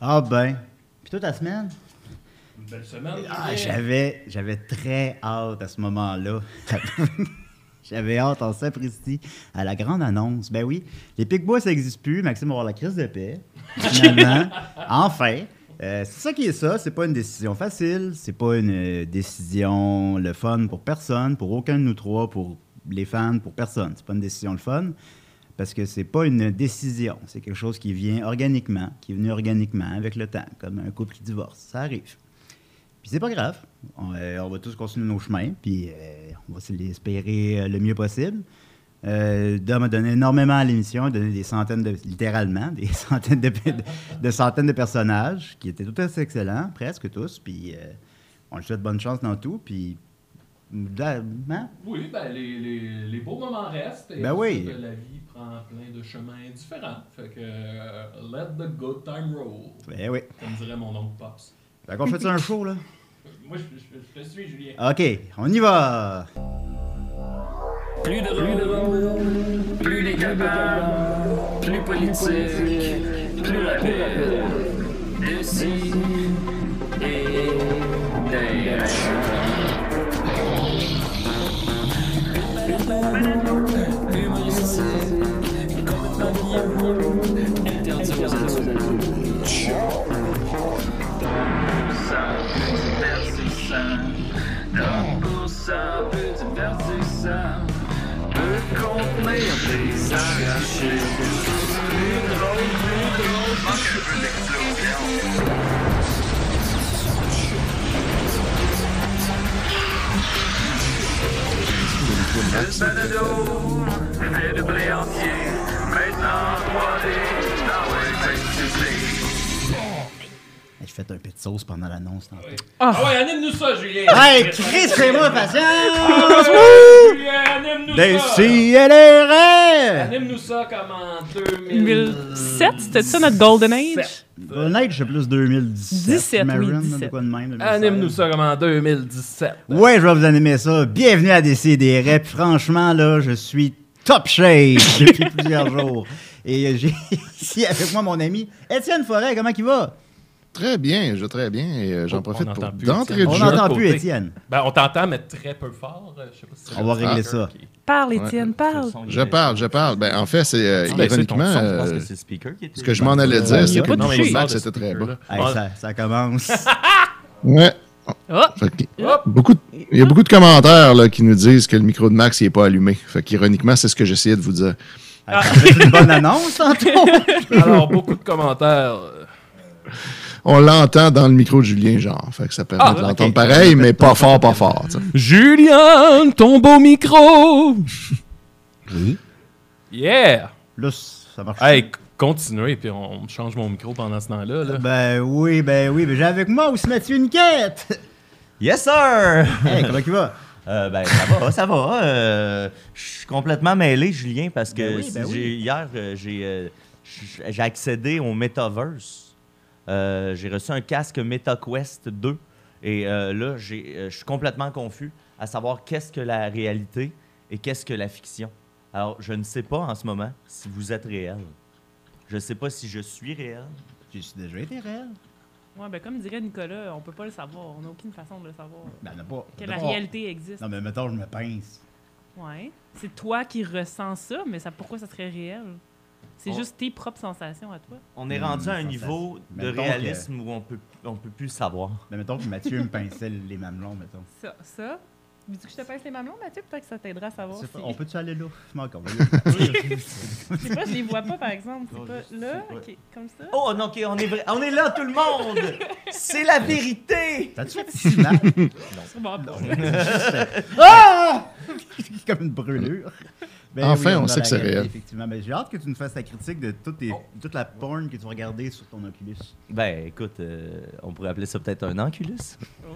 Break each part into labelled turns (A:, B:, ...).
A: Ah ben. Puis toute la semaine?
B: Une belle semaine.
A: Ah,
B: Julien.
A: j'avais, j'avais très hâte à ce moment-là. j'avais hâte en sapristi à la grande annonce. Ben oui, les Pic-Bois, ça n'existe plus. Maxime va avoir la crise de paix. Finalement, enfin. Euh, c'est ça qui est ça, c'est pas une décision facile, c'est pas une euh, décision le fun pour personne, pour aucun de nous trois, pour les fans, pour personne. C'est pas une décision le fun parce que c'est pas une décision, c'est quelque chose qui vient organiquement, qui est venu organiquement avec le temps, comme un couple qui divorce, ça arrive. Puis c'est pas grave. On, euh, on va tous continuer nos chemins, puis euh, on va se l'espérer euh, le mieux possible. Euh, Dom a donné énormément à l'émission, il a donné des centaines de, littéralement, des centaines de, de centaines de personnages qui étaient tout à fait excellents, presque tous. Puis euh, on lui souhaite bonne chance dans tout. Puis, da- hein?
B: Oui, ben les, les, les beaux moments restent. Et
A: Ben
B: ensuite,
A: oui.
B: euh, La vie prend plein de chemins différents. Fait que euh, let the good time roll,
A: Ben oui.
B: comme dirait mon oncle Pops.
A: Fait qu'on fait ça un show, là.
B: Moi, je, je- je te suis, Julien.
A: OK, on y va!
C: Plus de plus de rôle, plus décapable, plus politique, plus rapide. De ci et d'ailleurs. Humoristique, complètement vieillot, interdit aux adultes. Ça peut divertissant. Donc pour ça peut divertissant. Peut contenir des arachides. Plus drôle, plus drôle. Manque un peu d'explosion. Le balado fait de blé entier. Maintenant 3D dans l'électricité.
A: J'ai fait un peu de sauce pendant l'annonce. tantôt.
B: Ah ouais, anime-nous ça, Julien!
A: Hey, Chris, c'est moi, patience!
B: Euh, Julien, anime-nous
A: Des
B: ça!
A: CLRS!
B: Anime-nous ça comme en 2007.
D: 2007, c'était ça notre Golden Age?
A: Honnête, Euh, j'ai plus 2017.
D: 17, oui,
A: j'imagine,
D: 17.
A: de quoi de même,
E: Ah,
A: 2016.
B: Anime-nous ça comme en 2017.
A: Ouais, je vais vous animer ça. Bienvenue à DCDR. Puis Franchement, là, je suis top shape depuis plusieurs jours. Et euh, j'ai ici avec moi mon ami Étienne Forêt. Comment il va?
F: Très bien, je vais très bien. et, euh, J'en
E: Oh,
F: profite
E: on
F: pour
E: n'entend plus,
F: d'entrée
E: Étienne.
F: de
A: On
F: jeu.
A: n'entend
E: côté.
A: plus Étienne.
E: Ben, on t'entend, mais très peu fort. Euh, Je sais pas si c'est
A: On va
E: le
A: régler
E: speaker
A: ça.
E: qui-
D: Parle,
F: Ouais.
D: Étienne, parle.
F: Je parle, je parle. Ben, en fait, c'est euh,
E: Ah, mais c'est ton
F: ironiquement.
E: son, je pense
F: euh,
E: que c'est le speaker qui était-
F: ce que je m'en allais
E: Euh,
F: dire,
E: il y
F: c'est
E: a
F: que
E: pas de
F: le
E: toucher.
F: max était très bas.
A: Hey,
E: Ouais.
A: ça, ça commence.
F: Ouais.
D: Oh,
F: Fait que-
B: Hop.
F: beaucoup de- il y a beaucoup de commentaires là, qui nous disent que le micro de Max n'est pas allumé. Fait qu'ironiquement, c'est ce que j'essayais de vous dire.
A: Ah, c'est une bonne annonce, tantôt.
E: Alors, beaucoup de commentaires. euh,
F: On l'entend dans le micro de Julien, genre. Fait que ça permet
E: Ah,
F: de
E: ok.
F: l'entendre pareil, mais pas fort, pas fort. tu sais.
E: Julien, ton beau micro! Yeah!
A: Là, ça marche.
E: Hey, c- continuez, puis on on change mon micro pendant ce temps-là. là.
A: Ben oui, ben oui. Ben, j'ai avec moi aussi Mathieu Niquette.
G: Yes, sir!
A: Hey, comment il va?
G: Euh, ben, ça va, ça va. Euh, je suis complètement mêlé, Julien, parce que
A: Ben oui, ben
G: si
A: oui.
G: j'ai- hier, euh, j'ai euh, j- j'ai accédé au Metaverse. Euh, j'ai reçu un casque MetaQuest 2. Et euh, là, j'ai- euh, je suis complètement confus à savoir qu'est-ce que la réalité et qu'est-ce que la fiction. Alors, je ne sais pas en ce moment si vous êtes réel. Je ne sais pas si je suis réel.
A: J'ai déjà été réel.
D: ouais, ben, comme dirait Nicolas, on peut pas le savoir. On n'a aucune façon de le savoir.
A: Ben, on n'a pas.
D: Que
A: on
D: la
A: n'a pas-
D: réalité existe.
A: Non, mais mettons, je me pince.
D: Ouais. C'est toi qui ressens ça, mais ça, pourquoi ça serait réel? C'est
G: On-
D: juste tes propres sensations à toi.
G: On est
A: Hmm,
G: rendu à un
A: sensation.
G: niveau de
A: Mettons que-
G: réalisme où on peut, on peut plus savoir.
A: Ben, mettons que Mathieu me pinçait les mamelons, mettons.
D: Ça, ça. Veux-tu que je te pince les mamelons, Mathieu? Peut-être que ça t'aidera à savoir
A: C'est
D: si...
A: pas- On peut-tu aller là? Je m'en encore.
D: C'est pas, je les vois pas, par exemple. C'est
G: Non,
D: pas
G: je-
D: là,
G: c'est-
D: ok, comme ça.
G: Oh, non, OK, on est, vrai- on est là, tout le monde! C'est la vérité!
A: T'as-tu fait si mal?
D: Sûrement pas.
A: ah! Comme une brûlure. Ben
F: Enfin,
A: oui,
F: on
A: a
F: sait
A: la
F: que c'est
A: réalité,
F: réel.
A: Effectivement. Ben, j'ai hâte que tu nous fasses la critique de toutes tes- toute la porn que tu regardais sur ton Oculus.
G: Ben, écoute, euh, on pourrait appeler ça peut-être un enculus.
D: Oh.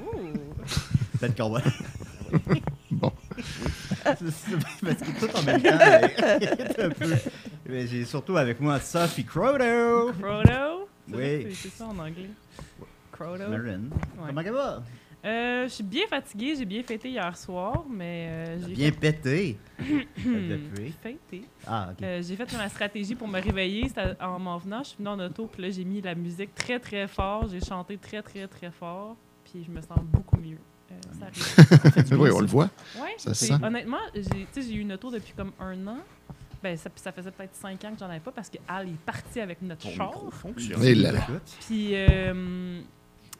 A: Peut-être qu'on va.
F: Bon.
A: C'est- c'est- Parce que tout en même temps, elle est un peu. Mais j'ai surtout avec moi Sophie Croto.
D: Croto?
A: Oui.
D: C'est vrai que C'est c'est ça en anglais. Croto?
A: Marin. Comment ça va?
D: Euh, je suis bien fatiguée, j'ai bien fêté hier soir, mais euh, j'ai
A: Bien pété.
D: fait-
A: Depuis.
D: fêté.
A: Ah, ok.
D: Euh, j'ai fait ma stratégie pour me réveiller c'était en m'en venant. Je suis venue en auto, puis là, j'ai mis la musique très, très fort. J'ai chanté très, très, très fort, puis je me sens beaucoup mieux. Euh, ça arrive.
F: Oui, on le voit.
D: Ouais,
F: Ça se
D: c'est-
F: sent.
D: honnêtement, j'ai tu sais, j'ai eu une auto depuis comme un an. Ben, ça, ça faisait peut-être cinq ans que j'en avais pas parce que Al est parti avec notre char.
F: Et là là.
D: Puis euh,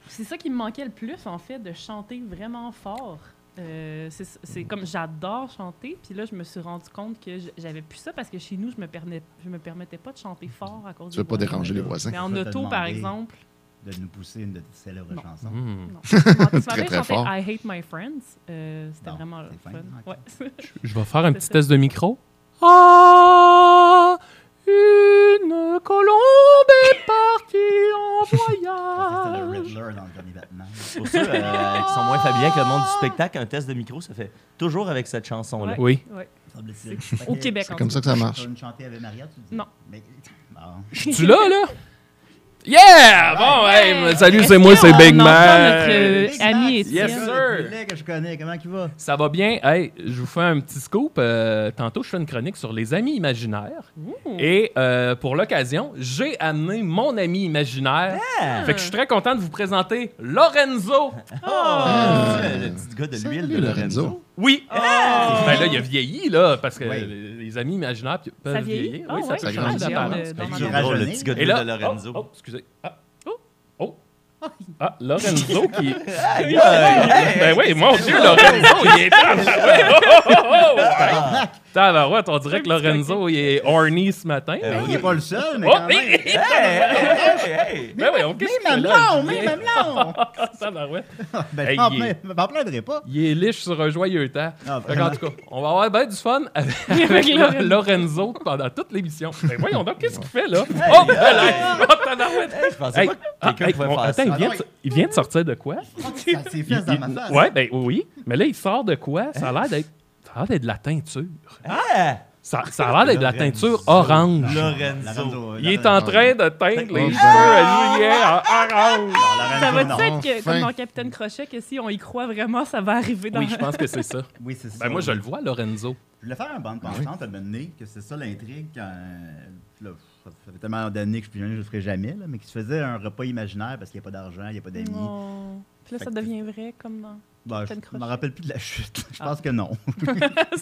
D: c'est ça qui me manquait le plus, en fait, de chanter vraiment fort. Euh, c'est c'est comme j'adore chanter, puis là je me suis rendu compte que j- j'avais plus ça parce que chez nous je me permettais, je me permettais pas de chanter fort à cause
F: Tu veux
D: des
F: pas
D: voisins.
F: déranger hein? les voisins.
D: Mais en
A: Je vais te
D: auto par
A: demander.
D: exemple,
A: De nous pousser une de tes célèbres
D: Non.
A: chansons.
F: Mm.
E: Hmm.
D: non. Quand tu
F: Très,
D: m'avais
F: très
D: chanté
F: fort.
D: I hate my friends, euh, c'était
A: Bon,
D: vraiment le
A: c'est
D: fun.
A: fin, ok.
D: Ouais.
E: Je vais faire un
D: C'est
E: petit
D: ça.
E: test de micro. Ah, une colombe est partie
A: Ça, C'était le
E: en voyage.
A: Riddler dans le dernier Batman.
G: Pour ceux euh, qui sont moins familiers avec le monde du spectacle, un test de micro, ça fait toujours avec cette chanson-là.
D: Ouais.
E: Oui.
D: Ouais.
A: semble-t-il.
D: Au Québec,
F: C'est
D: en
F: comme
D: tout
F: ça que ça marche.
A: Tu vas nous chanter avec Maria, tu dis?
D: Non.
A: Mais, bon.
E: Je suis là, là. Yeah! Bon, hey, m- salut, c'est moi,
D: Est-ce
E: c'est
D: qu'on
E: Big
D: entend
E: Mac.
D: notre, euh,
A: Big
D: ami
A: Mac,
D: Étienne.
E: Yes,
A: c'est
E: sir.
A: le poulet que je connais, comment il va?
E: Ça va bien? Hey, je vous fais un petit scoop. Euh, tantôt, je fais une chronique sur les amis imaginaires.
D: Mmh.
E: Et euh, pour l'occasion, j'ai amené mon ami imaginaire.
G: Ah!
E: Fait que je suis très content de vous présenter Lorenzo.
G: Ah! Le petit gars de
F: Salut,
G: l'huile de
F: Lorenzo.
G: Lorenzo.
E: Oui.
D: Oh.
E: Ben là, il a vieilli, là, parce que
A: Oui.
E: les amis imaginaires pi- peuvent
D: Ça vieillit?
E: vieillir.
D: Ah
E: oui, ça
D: ouais?
E: peut
F: Ah,
E: changer
F: j'ai
E: d'apparence.
D: hâte de- d'en
G: Il
A: Maman.
G: est drôle, le petit gars de
E: Et
G: l'huile
E: là,
G: de Lorenzo.
E: Oh, oh, excusez. Ah, oh, Ah, oh. Ah, Lorenzo qui. ben oui, mon Dieu, Lorenzo, il est tabarouette. Oh, oh, oh, oh. Tabarouette, on dirait que Lorenzo, il est horny ce matin.
G: Euh,
A: Il n'est pas le seul, mais
E: Oh,
A: quand
E: hé,
A: même.
E: hé, hé.
G: Hey, hey, hey.
E: Ben voyons,
A: Mais
E: qu'est-ce qu'il fait là?
A: mamelon, mais mamelon!
E: Tabarouette.
A: Ben,
E: Hey,
A: je m'en
E: il
A: plains-
E: est-
A: je m'en plaindrai pas.
E: Il est liche sur un joyeux temps.
A: Ah,
E: Fait qu'en
A: vraiment.
E: tout cas, on va avoir bien du fun avec, avec Lo- Lorenzo pendant toute l'émission. Ben voyons donc, qu'est-ce qu'il fait là? Oh, ben là, oh, tabarouette.
G: Je pensais
E: Hey,
G: pas que
E: ah,
G: quelqu'un
E: hey,
G: pouvait
E: on-
G: faire
E: attends,
G: ça.
E: il vient,
A: Ah,
E: de, il vient de sortir de quoi?
A: Ça s'est fait dans ma face.
E: Ouais, ben oui, mais là, il sort de quoi? Ça a l'air d'être, ça a l'air d'être de la teinture.
G: Ah!
E: Ça, ça a l'air d'être de la
G: Lorenzo.
E: teinture orange.
G: Lorenzo.
A: Lorenzo,
E: Il est
A: Lorenzo.
E: en train de teindre les
F: Oh,
E: cheveux à Julien en orange.
A: Non, Lorenzo,
D: Ça va
A: non.
D: être être que,
F: Enfin.
D: comme dans Capitaine Crochet que si on y croit vraiment, ça va arriver dans
E: Oui, je pense que c'est ça.
A: Oui, c'est ça.
E: Ben moi, je le vois, Lorenzo.
A: Je voulais faire un bande pensante à un moment donné, que c'est ça l'intrigue quand. euh, là, ça fait tellement d'années que je ne le ferai jamais, là, mais qui se faisait un repas imaginaire parce qu'il n'y a pas d'argent, il n'y a pas d'amis.
D: Non. Puis là,
A: Fait
D: ça
A: que-
D: devient vrai comme dans.
A: Ben,
D: Capitaine
A: je ne me
D: Crochet.
A: rappelle plus de la chute. Je
D: Ah.
A: pense que non.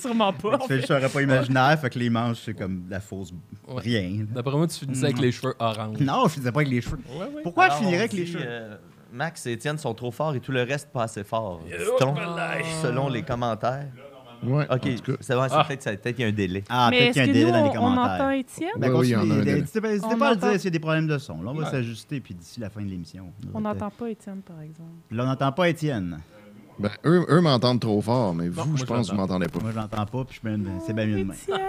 D: Sûrement pas.
A: Tu fais juste un repas imaginaire, fait que les manches, c'est comme de la fausse.
E: Ouais.
A: Rien. là.
E: D'après moi, tu finissais avec les cheveux orange.
A: Non, je faisais pas avec les cheveux.
E: Ouais, ouais.
A: Pourquoi
G: Alors,
A: je finirais
G: on
A: avec les
G: dit,
A: cheveux?
G: euh, Max et Étienne sont trop forts et tout le reste pas assez fort.
E: Oh,
G: dit-on,
E: ben
G: selon les commentaires.
F: Ouais.
G: Ok,
F: En tout cas,
G: c'est vrai, c'est
E: Ah.
G: peut-être ça- peut-être qu'il y a un délai.
A: Ah,
D: Mais
A: peut-être
D: est-ce
A: qu'il y a un
D: que
A: délai
D: nous,
A: dans
D: on,
A: les
D: on
A: commentaires.
D: entend Étienne?
A: Ben,
F: Oui, oui, il y en a
A: continuez,
F: un délai.
A: N'hésitez pas, n'hésitez
D: On
A: pas à le
D: entend-
A: dire s'il y a des problèmes de son. Là, on va
E: Ouais.
A: s'ajuster, puis d'ici la fin de l'émission.
D: On n'entend pas Étienne, par exemple.
A: Là, on n'entend pas Étienne.
F: ben, eux, eux m'entendent trop fort, mais
E: Non,
F: vous,
E: moi,
F: je
E: je
F: pense que vous m'entendez pas.
A: Moi, je l'entends pas, puis je me... c'est bien Ben, mieux de même.
D: Étienne!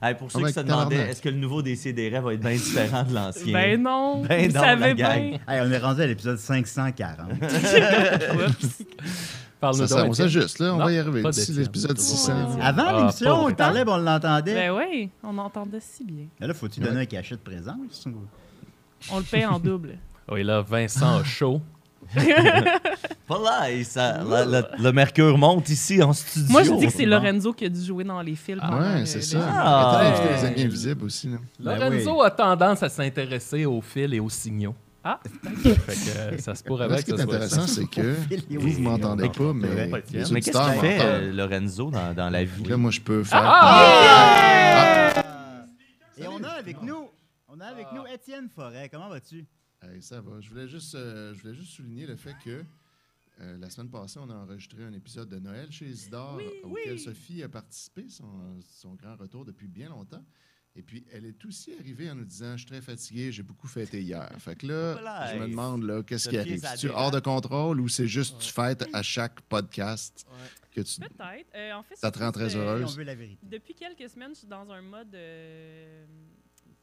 G: Hey, pour ceux
F: Ah,
G: qui
F: ben,
G: se demandaient,
F: tabarnak.
G: est-ce que le nouveau DC des rêves va être bien différent de l'ancien?
D: Ben non!
G: Ben
D: vous
G: non, la
D: savez
G: gang.
D: bien!
A: Hey, on est rendu à l'épisode 540.
E: Parle-nous
F: Ça,
E: donc,
F: ça, on
E: Étienne.
F: s'ajuste, là, on
E: Non,
F: va y arriver.
E: pas
F: D'ici
E: d'Étienne.
F: l'épisode 600.
A: Avant
E: Ah,
A: l'émission,
E: pas
A: on
E: autant.
A: parlait, bon, on l'entendait.
D: Ben oui, on entendait si bien.
A: Mais là, faut-tu donner un cachet de présence? ou-
D: On le paye en double.
E: Oui, là, Vincent a chaud.
G: Pas là, et ça- la- la- le mercure monte ici en studio.
D: Moi, je dis que c'est Lorenzo qui a dû jouer dans les films. pendant
F: Ouais,
E: Ah,
D: le-
F: c'est
D: les-
F: ça.
G: Ah.
F: Attends, inviter les amis invisibles aussi. Là.
A: Ben
E: Lorenzo a tendance à s'intéresser aux fils et aux signaux.
D: Ah.
E: fait que euh, ça se pourrait
F: Là,
E: bien
F: ce qui
E: que
F: est
E: ça soit ça.
F: intéressant, c'est que
A: Et
F: vous, vous m'entendez pas, mais
A: Ouais.
F: les
G: Mais qu'est-ce
F: auditeurs
G: qu'il fait, euh,
F: m'entendent.
G: Lorenzo, dans, dans la vie?
F: Là, moi, je peux faire...
E: Ah!
A: Euh, Et on a avec nous, on a avec nous Étienne Forêt. Comment vas-tu?
F: Hey, ça va. Je voulais juste, euh, je voulais juste souligner le fait que euh, la semaine passée, on a enregistré un épisode de Noël chez Isidore, auquel Sophie a participé, son, son grand retour depuis bien longtemps. Et puis, elle est aussi arrivée en nous disant Je suis très fatiguée, j'ai beaucoup fêté hier. Fait que là,
G: Voilà.
F: je me demande là, qu'est-ce qui
G: Sophie,
F: arrive.
G: ça
F: tu
G: dérape.
F: hors de contrôle ou c'est juste tu fêtes à chaque podcast que tu.
D: Peut-être. Euh, en fait,
F: Ça te rend très
D: euh,
F: heureuse.
A: Si on veut la vérité.
D: Depuis quelques semaines, je suis dans un mode. euh,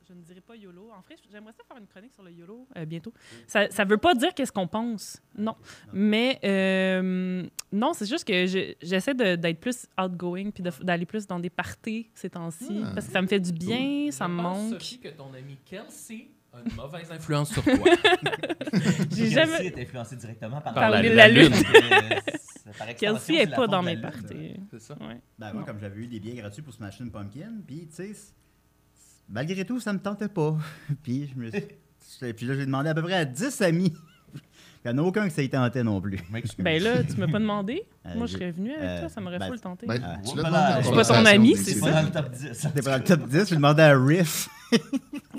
D: je ne dirais pas YOLO. En fait, j'aimerais ça faire une chronique sur le YOLO euh, bientôt. Ça ne veut pas dire qu'est-ce qu'on pense. Non. Mais euh, non, c'est juste que je- j'essaie de- d'être plus outgoing puis de f- d'aller plus dans des parties ces temps-ci.
F: Ah.
D: parce que ça me fait du bien, ça me manque.
E: que ton ami Kelsey
B: a une mauvaise influence sur toi.
D: J'ai
G: Kelsey
D: jamais.
G: est influencé directement par,
D: Par
G: la, Euh,
D: la- la
G: lune.
D: lune. Kelsey
G: est
D: est pas dans mes
A: la lune.
D: parties.
B: C'est ça.
D: Ouais.
A: Ben, moi, comme j'avais eu des billets gratuits pour Smash une Pumpkin, puis, tu sais, c- malgré tout, ça me tentait pas. puis, je me suis- puis là, j'ai demandé à peu près à 10 amis. Il n'y en a aucun qui s'est tenté non plus.
D: Ben là, tu m'as pas demandé.
A: Euh,
D: Moi,
A: j'ai-
D: je serais venu avec
A: euh,
D: toi, ça m'aurait
A: ben,
D: full tenté.
F: Ben,
A: Ah.
F: tu l'as
G: Voilà.
F: demandé en
G: Je suis
D: pas ton
F: conversation,
D: ami,
F: mais
D: c'est
G: C'est
D: ça.
G: pas dans le top 10.
A: T'es pas dans le top 10, j'ai demandé à Riff.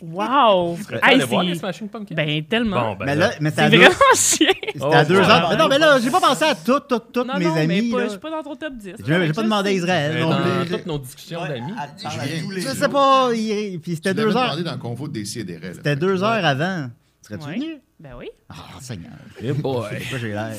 D: Wow!
E: Allez
D: Hey,
E: voir les
D: c'est-
E: Smashing Pumpkins.
D: Ben,
E: bon,
D: tellement.
E: ben
A: mais là, mais ça
D: C'est
A: a
D: vraiment
A: deux,
D: chien.
A: c'était
E: Oh,
A: à deux
E: voilà.
A: ans. Mais non, mais là, j'ai pas pensé à toutes, toutes, toutes
D: Non,
A: mes
D: non, mais
A: amis.
D: pas-
A: là.
D: je suis pas dans ton top 10.
A: J'ai j'ai pas demandé à Israël
E: dans
A: non plus.
E: toutes nos discussions
G: Ouais,
E: d'amis.
G: elle parle à
F: Je viens.
G: tous les
A: Je
G: jours.
A: sais pas, il- puis
F: Tu
A: c'était
F: l'avais
A: deux heures.
F: demandé dans le convo des CDR.
A: C'était deux heures avant. Serais-tu
D: Ouais.
A: venu?
D: Ben oui.
A: Ah, Seigneur.
E: Eh
A: Je
E: boy.
A: sais pas, j'ai l'air.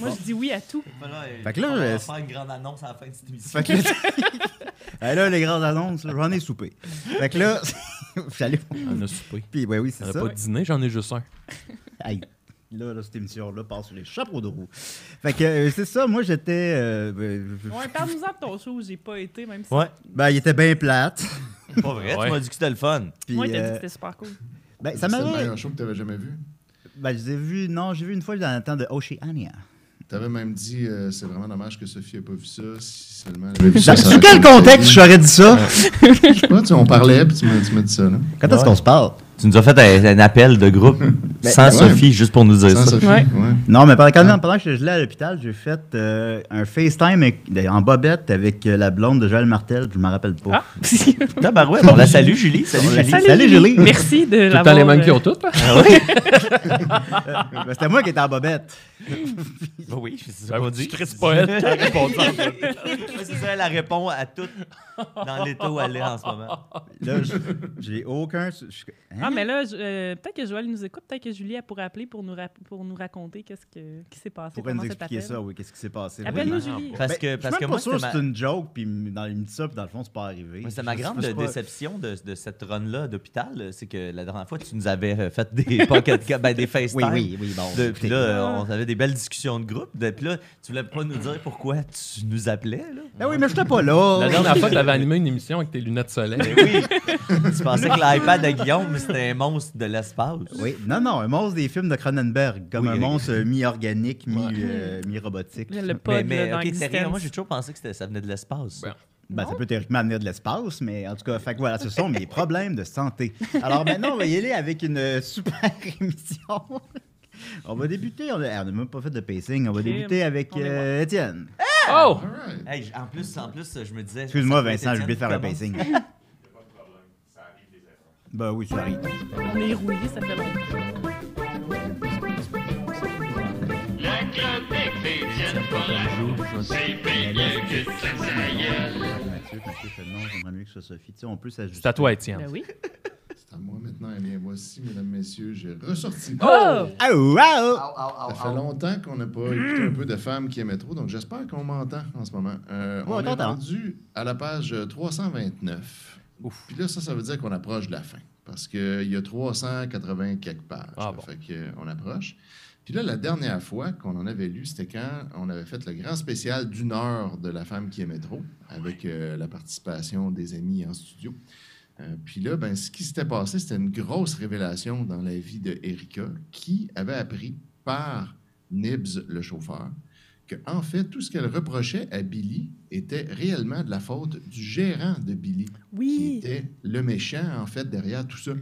D: Moi, je dis oui à tout.
G: Voilà, et
A: Fait que là,
G: on
A: euh,
G: va faire une grande annonce à la fin de cette émission.
A: Fait que Eh là, les grandes annonces, là, j'en ai soupé. Fait que là, j'allais.
E: On a soupé.
A: Puis, ouais, oui, c'est
E: On a
A: ça.
E: pas dîné, j'en ai juste un.
A: Aïe. Là, là, cette émission-là passe sur les chapeaux de roue. Fait que euh, c'est ça, moi, j'étais. euh, ben, je-
D: Ouais, parle-nous-en de ton show où j'ai pas été, même si.
G: Ouais,
A: ben, il était bien plate.
G: pas vrai.
E: Ouais.
G: Tu m'as dit que c'était le fun.
A: Puis,
D: Moi, il t'a dit
A: euh,
D: que c'était super cool.
A: ben, ça
F: Ça C'est le
A: m'avait.
F: meilleur show que tu jamais vu.
A: Ben, je les ai vus. Non, j'ai vu une fois dans le temps de Oceania.
F: Tu avais même dit euh, c'est vraiment dommage que Sophie n'ait pas vu ça. Si seulement elle avait vu ça,
A: Dans
F: ça
A: sous
F: aurait
A: quel
F: changé sa
A: contexte
F: vie.
A: j'aurais dit ça?
F: Je sais pas, tu sais, on parlait, puis tu m'as tu m'as dit ça. Là.
A: Quand est-ce
G: Ouais.
A: qu'on se parle?
G: Tu nous as fait un, un appel de groupe sans
F: ouais.
G: Sophie, juste pour nous dire
F: Sans
G: ça.
F: Sophie.
D: Ouais.
F: ouais.
A: Non, mais pendant, quand
G: Hein?
A: même, pendant que j'étais gelé à l'hôpital, j'ai fait euh, un FaceTime avec- ben, en bobette avec euh, la blonde de Joël Martel. Je m'en rappelle pas.
D: Ah!
G: Tabarouette, on la salue, Julie. Salut, Julie.
A: Salut, Julie.
D: Merci de
E: Tout le temps
D: l'avoir.
E: les mêmes qui
D: euh,
E: ont toutes, là.
A: Ben, C'était moi qui étais en bobette.
G: Ben oui,
E: Ben
G: c'est ça qu'on
E: oui,
G: dit.
E: tu crisses pas elle, t'as répondu.
G: Ouais, c'est ça, elle répond à tout dans l'état où elle est en ce moment.
A: Là, j- j'ai aucun. sou- je- hein?
D: Ah, mais là, je- euh, peut-être que Joël nous écoute, peut-être que Julie, elle pourrait appeler pour nous, rap- pour nous raconter qu'est-ce que, qui s'est passé.
A: Pourquoi
D: pendant
A: nous
D: cet
A: expliquer
D: appel.
A: ça? Oui, qu'est-ce qui s'est passé?
D: Appelle-nous,
A: vraiment?
E: vraiment
D: Julie.
G: Parce
A: Ben,
G: que, parce
A: je suis
G: que
A: même
G: moi,
A: pas sûr
G: c'est
A: que
G: ma,
A: c'est une joke, puis m- dans, il me dit ça, puis dans le fond, c'est pas arrivé.
G: moi, c'est ma
A: Je- je
G: grande
A: sais pas.
G: déception de, de cette run-là d'hôpital. C'est que la dernière fois, tu nous avais euh, fait des pocket ca- ben, des
A: Oui,
G: FaceTime.
A: oui, oui, bon.
G: De-
A: écoutez.
G: puis là, euh, on avait des belles discussions de groupe. De- Puis là, tu voulais pas nous dire pourquoi tu nous appelais. Là.
A: Ben oui, mais j'étais pas là.
E: La dernière fois que t'avais animé une émission avec tes lunettes soleil.
G: Ben oui, tu pensais que l'iPad à Guillaume, c'était un monstre de l'espace.
A: Oui, non, non, un monstre des films de Cronenberg, comme
G: Oui,
A: un
G: oui.
A: monstre euh, mi-organique, mi,
E: Ouais.
A: euh, mi-robotique.
D: Le
G: Mais,
D: pod,
G: mais
D: là, dans
G: ok, c'est rien.
D: Existence.
G: Moi, j'ai toujours pensé que c'était- ça venait de l'espace. ça.
E: Ben,
A: Ben, ça
D: Non.
A: peut théoriquement amener de l'espace, mais en tout cas, fait que voilà, ce sont mes problèmes de santé. Alors maintenant, on va y aller avec une euh, super émission. On va débuter, on n'a même pas fait de pacing, on va
D: Ok,
A: débuter avec
D: on est
A: euh, Étienne.
E: Oh!
F: All right.
G: Hey, j- en plus, en plus, je me disais.
A: Excuse-moi
G: ça peut être
A: Vincent, j'ai oublié de faire
G: Étienne
A: le
G: qui
A: pacing. Ben oui, ça arrive.
D: On est rouillé, ça fait longtemps.
A: Mathieu, Mathieu fait non, j'aimerais mieux que ce soit Sophie. Tu sais, on peut s'ajuster.
E: C'est à toi,
D: Ben
E: Étienne.
D: oui.
F: C'est à moi maintenant. Eh bien, voici, mesdames, messieurs, j'ai ressorti.
D: Oh!
A: Ah, wow!
F: Ça fait longtemps qu'on n'a pas écouté un peu de femmes qui aimaient trop, donc j'espère qu'on m'entend en ce moment. Euh,
A: Ouais,
F: on est
A: t'entend.
F: rendu à la page euh, 329. Puis là, ça, ça veut dire qu'on approche de la fin, parce qu'il y a 380 quelques pages.
E: Ah
F: là,
E: bon.
F: Fait qu'on approche. Puis là, la dernière fois qu'on en avait lu, c'était quand on avait fait le grand spécial d'une heure de La femme qui aimait trop, avec euh, la participation des amis en studio. Euh, Puis là, ben, ce qui s'était passé, c'était une grosse révélation dans la vie de Erika, qui avait appris par Nibs, le chauffeur, que en fait, tout ce qu'elle reprochait à Billy était réellement de la faute du gérant de Billy, qui
D: Oui!
F: était le méchant, en fait, derrière tout ça.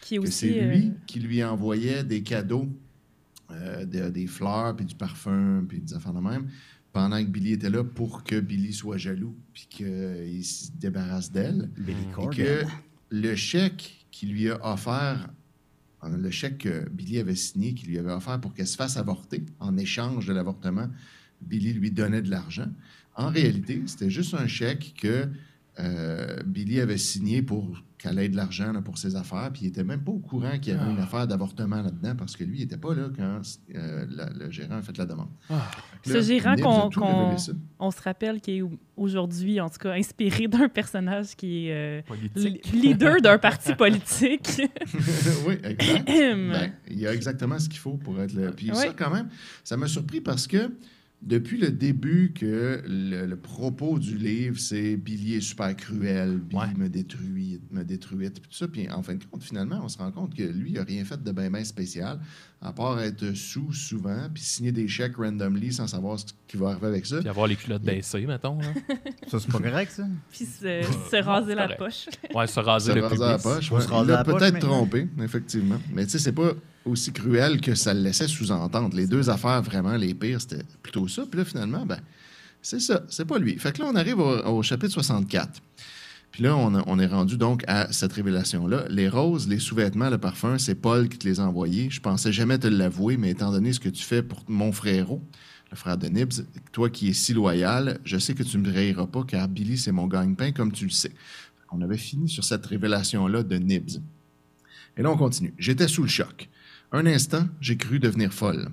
D: Qui est
F: Que
D: aussi.
F: c'est
D: euh,
F: lui qui lui envoyait des cadeaux, euh, de- des fleurs, puis du parfum, puis des affaires de même, pendant que Billy était là pour que Billy soit jaloux, puis qu'il se débarrasse d'elle.
A: Billy
F: Et
A: Corbin.
F: que le chèque qu'il lui a offert, euh, le chèque que Billy avait signé, qu'il lui avait offert pour qu'elle se fasse avorter, en échange de l'avortement, Billy lui donnait de l'argent. En réalité, c'était juste un chèque que euh, Billy avait signé pour qu'elle ait de l'argent là, pour ses affaires, puis il n'était même pas au courant qu'il y avait une affaire d'avortement là-dedans, parce que lui, il n'était pas là quand euh, la- le gérant a fait la demande. Fait que
D: Ce
F: là,
D: gérant
F: Nibs a
D: qu'on-
F: tout
D: qu'on-
F: révélé ça.
D: on se rappelle qu'il est au- aujourd'hui, en tout cas, inspiré d'un personnage qui est euh,
E: Politique.
D: li- leader d'un parti politique.
F: oui, exact. Ben, il y a exactement ce qu'il faut pour être là. Puis
D: Ouais.
F: ça, quand même, ça m'a surpris parce que depuis le début que le, le propos du livre, c'est Billy est super cruel, Billy me détruit, me détruit, puis tout ça. Puis en fin de compte, finalement, on se rend compte que lui, il n'a rien fait de bien ben spécial, à part être sous souvent, puis signer des chèques randomly sans savoir ce qui va arriver avec ça.
E: Puis avoir les culottes baissées, mettons. là.
A: Ça, c'est pas correct, ça?
D: Puis se, se raser la
E: correct.
D: poche.
E: Ouais, se raser
F: Ça
E: le
F: va
E: pubis.
F: raser la poche.
A: Faut
F: ouais.
A: se raser
F: Il l'a
A: la poche
F: peut-être
A: maintenant.
F: trompé, effectivement. Mais tu sais, c'est pas aussi cruel que ça le laissait sous-entendre. Les deux affaires, vraiment, les pires, c'était plutôt ça. Puis là, finalement, ben, c'est ça. C'est pas lui. Fait que là, on arrive au, au chapitre 64. Puis là, on, a- on est rendu donc à cette révélation-là. Les roses, les sous-vêtements, le parfum, c'est Paul qui te les a envoyés. Je pensais jamais te l'avouer, mais étant donné ce que tu fais pour mon frérot, le frère de Nibs, toi qui es si loyal, je sais que tu me railleras pas car Billy, c'est mon gagne-pain, comme tu le sais. On avait fini sur cette révélation-là de Nibs. Et là, on continue. J'étais sous le choc. Un instant, j'ai cru devenir folle.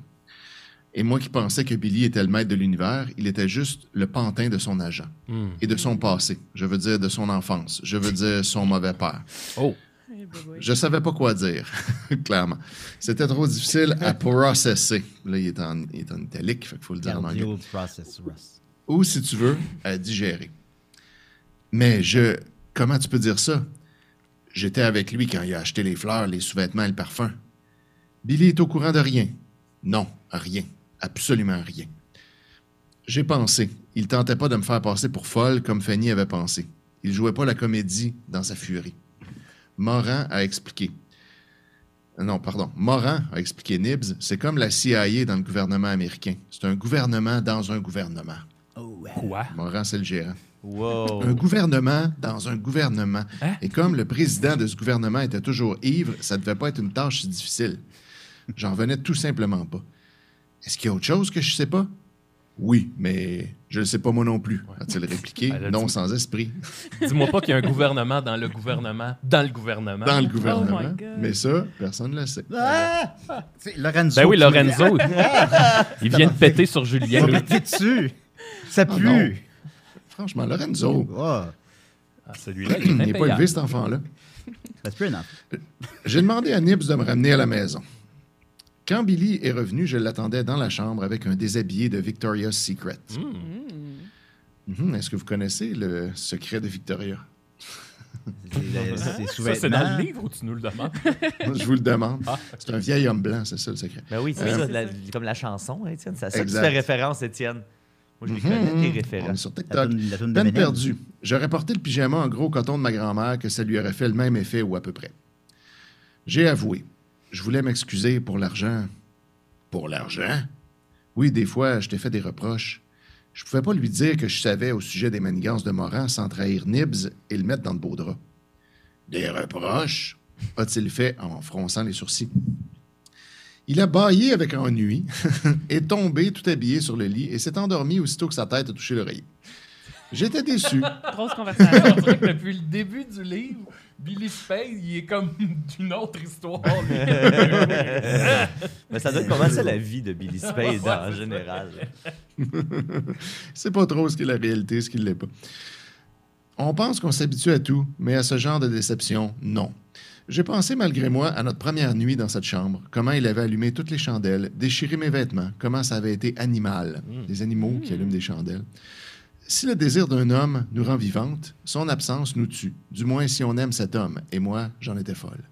F: Et moi qui pensais que Billy était le maître de l'univers, il était juste le pantin de son agent
E: Hmm.
F: et de son passé. Je veux dire de son enfance. Je veux dire son mauvais père.
E: Oh,
D: Eh, bah, ouais.
F: Je savais pas quoi dire, clairement. C'était trop difficile à processer. Là, il est en, il est en italique, fait qu'il faut le dire en anglais.
A: Cardio process Russ.
F: Ou, si tu veux, à digérer. Mais je... Comment tu peux dire ça? J'étais avec lui quand il a acheté les fleurs, les sous-vêtements et le parfum. Billy est au courant de rien. Non, rien. Absolument rien. J'ai pensé. Il tentait pas de me faire passer pour folle comme Fanny avait pensé. Il jouait pas la comédie dans sa furie. Morin a expliqué. Non, pardon. Morin a expliqué Nibs, c'est comme la CIA dans le gouvernement américain. C'est un gouvernement dans un gouvernement.
A: Oh, ouais.
E: quoi?
F: Morin, c'est le gérant.
G: Wow.
F: Un gouvernement dans un gouvernement.
E: Oh. Hein?
F: Et comme le président de ce gouvernement était toujours ivre, ça devait pas être une tâche si difficile. J'en venais tout simplement pas. Est-ce qu'il y a autre chose que je sais pas? Oui, mais je le sais pas moi non plus, a-t-il répliqué,
E: Ah, là,
F: non
E: tu-
F: sans esprit,
E: Dis-moi pas qu'il y a un gouvernement dans le gouvernement, dans le gouvernement.
F: dans le
D: Oh
F: gouvernement.
D: my God.
F: mais ça, personne ne le sait.
A: Ah! Tu sais, Lorenzo.
E: Ben oui,
A: qui-
E: Lorenzo, il vient de péter sur
A: Il
E: Julien.
A: m'a
E: lui.
A: pété dessus. Ça
F: Ah,
A: pue.
F: Franchement, Lorenzo,
A: Oh,
E: Ah, Celui-là, il
F: il
E: est
F: n'est pas élevé
E: impayable.
F: cet enfant-là.
A: that's pretty enough.
F: J'ai demandé à Nibs de me ramener à la maison. Quand Billy est revenu, je l'attendais dans la chambre avec un déshabillé de Victoria's Secret.
G: Hmm.
F: Mhm, Est-ce que vous connaissez le secret de Victoria?
A: C'est- c'est- C'est
E: Ça, c'est dans
A: sous-vêtements.
E: le livre où tu nous le demandes?
F: Je vous le demande.
E: Ah.
F: C'est un vieil homme blanc, c'est ça le secret.
G: Ben oui, c'est
D: Oui,
G: ça,
D: c'est
G: la-
D: ça.
G: comme la chanson, hein, Étienne. C'est à ça que tu
F: Exact. Mm-hmm.
G: fais référence, Étienne. Moi, je les connais, tes
F: Hmm. On est
G: références.
F: sur
A: La
F: TikTok.
A: toune- la toune de
F: Peine
A: Ménel.
F: perdue. J'aurais porté le pyjama en gros coton de ma grand-mère que ça lui aurait fait le même effet ou à peu près. J'ai avoué. Je voulais m'excuser pour l'argent. Pour l'argent? Oui, des fois, je t'ai fait des reproches. Je pouvais pas lui dire que je savais au sujet des manigances de Morin sans trahir Nibs et le mettre dans de beaux draps. Des reproches? a-t-il fait en fronçant les sourcils. Il a bâillé avec ennui, est tombé tout habillé sur le lit et s'est endormi aussitôt que sa tête a touché l'oreiller. J'étais déçu.
D: Grosse conversation.
E: On dirait que depuis le début du livre, Billy Spade, il est comme d'une autre histoire.
G: Mais ça donne comment ça la vie de Billy Spade
E: Ouais,
G: en
E: c'est
G: général.
F: C'est pas trop ce qui est la réalité, ce qui l'est pas. On pense qu'on s'habitue à tout, mais à ce genre de déception, non. J'ai pensé malgré moi à notre première nuit dans cette chambre, comment il avait allumé toutes les chandelles, déchiré mes vêtements, comment ça avait été animal, des animaux qui allument des chandelles. Si le désir d'un homme nous rend vivante, son absence nous tue, du moins si on aime cet homme, et moi, j'en étais folle.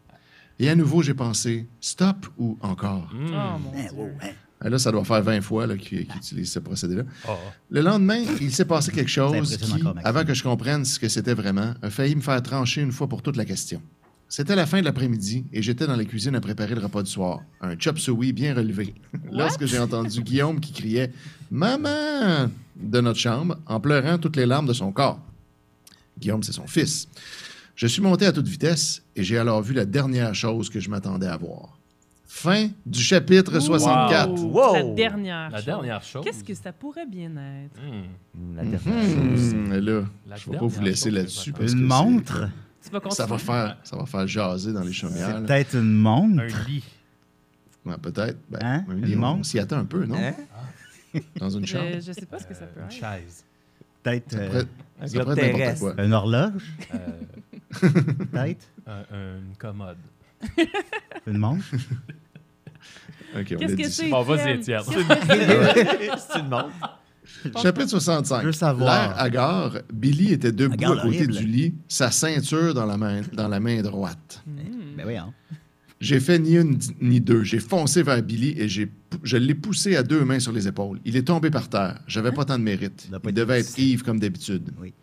F: Et à nouveau, j'ai pensé, stop ou encore?
D: oh mon
A: Hein, wow,
D: Dieu.
A: hein.
F: Ah, Là, ça doit faire 20 fois là, qu'il qu'il utilise ce procédé-là.
E: Oh.
F: Le lendemain, il s'est passé quelque chose
A: impressionnant
F: qui,
A: encore, Maxime.
F: avant que je comprenne ce que c'était vraiment, a failli me faire trancher une fois pour toute la question. C'était la fin de l'après-midi et j'étais dans la cuisine à préparer le repas du soir. Un chop suey bien relevé. Lorsque j'ai entendu Guillaume qui criait Maman de notre chambre en pleurant toutes les larmes de son corps. Guillaume, c'est son fils. Je suis monté à toute vitesse et j'ai alors vu la dernière chose que je m'attendais à voir. Fin du chapitre 64.
D: Wow.
G: Wow.
D: La dernière.
E: La
D: chose.
E: dernière chose.
D: Qu'est-ce que ça pourrait bien être?
E: Hmm.
G: Mm, La dernière chose.
F: Hmm, et là,
E: La
F: je ne vais pas
E: dernière
F: vous laisser
E: chose que
F: là-dessus.
E: j'attends.
F: parce que
A: Une
F: c'est-
A: montre?
D: Tu vas
F: Ça
D: continuer.
F: va faire, ça va faire jaser dans les chaumières.
A: C'est
F: là.
A: peut-être une montre.
E: Un lit.
F: Ouais, peut-être. Ben,
A: Hein?
F: un
A: Une
F: lit, on-
A: montre? Euh,
F: on s'y attend un peu, non?
G: Hein?
F: Dans une chambre.
D: Euh, Je, je sais pas ce que ça peut
E: Euh, Une
D: être.
E: chaise.
A: Peut-être euh,
F: Après,
G: Un
F: ça
G: globe
F: pourrait être n'importe
G: terrestre.
F: quoi.
A: une horloge?
E: Euh,
A: Peut-être?
E: un- une commode.
A: Une montre?
F: OK, on l'a
D: Qu'est-ce que
F: dit.
D: c'est?
E: Bon, vas-y,
D: Étienne?
E: Étienne.
D: Qu'est-ce que c'est?
G: si tu demandes.
F: Chapitre 65.
A: Je veux savoir.
F: L'air hagard, Billy était debout
A: Hagard
F: à côté
A: horrible.
F: du lit, sa ceinture dans la main, dans la main droite.
D: Hmm.
A: Ben oui, hein.
F: J'ai fait ni une ni deux. J'ai foncé vers Billy et j'ai, pou- je l'ai poussé à deux mains sur les épaules. Il est tombé par terre. J'avais pas tant de mérite.
A: Hein? Il a pas
F: Il
A: été
F: devait être
A: poussé.
F: Yves comme d'habitude.
A: Oui.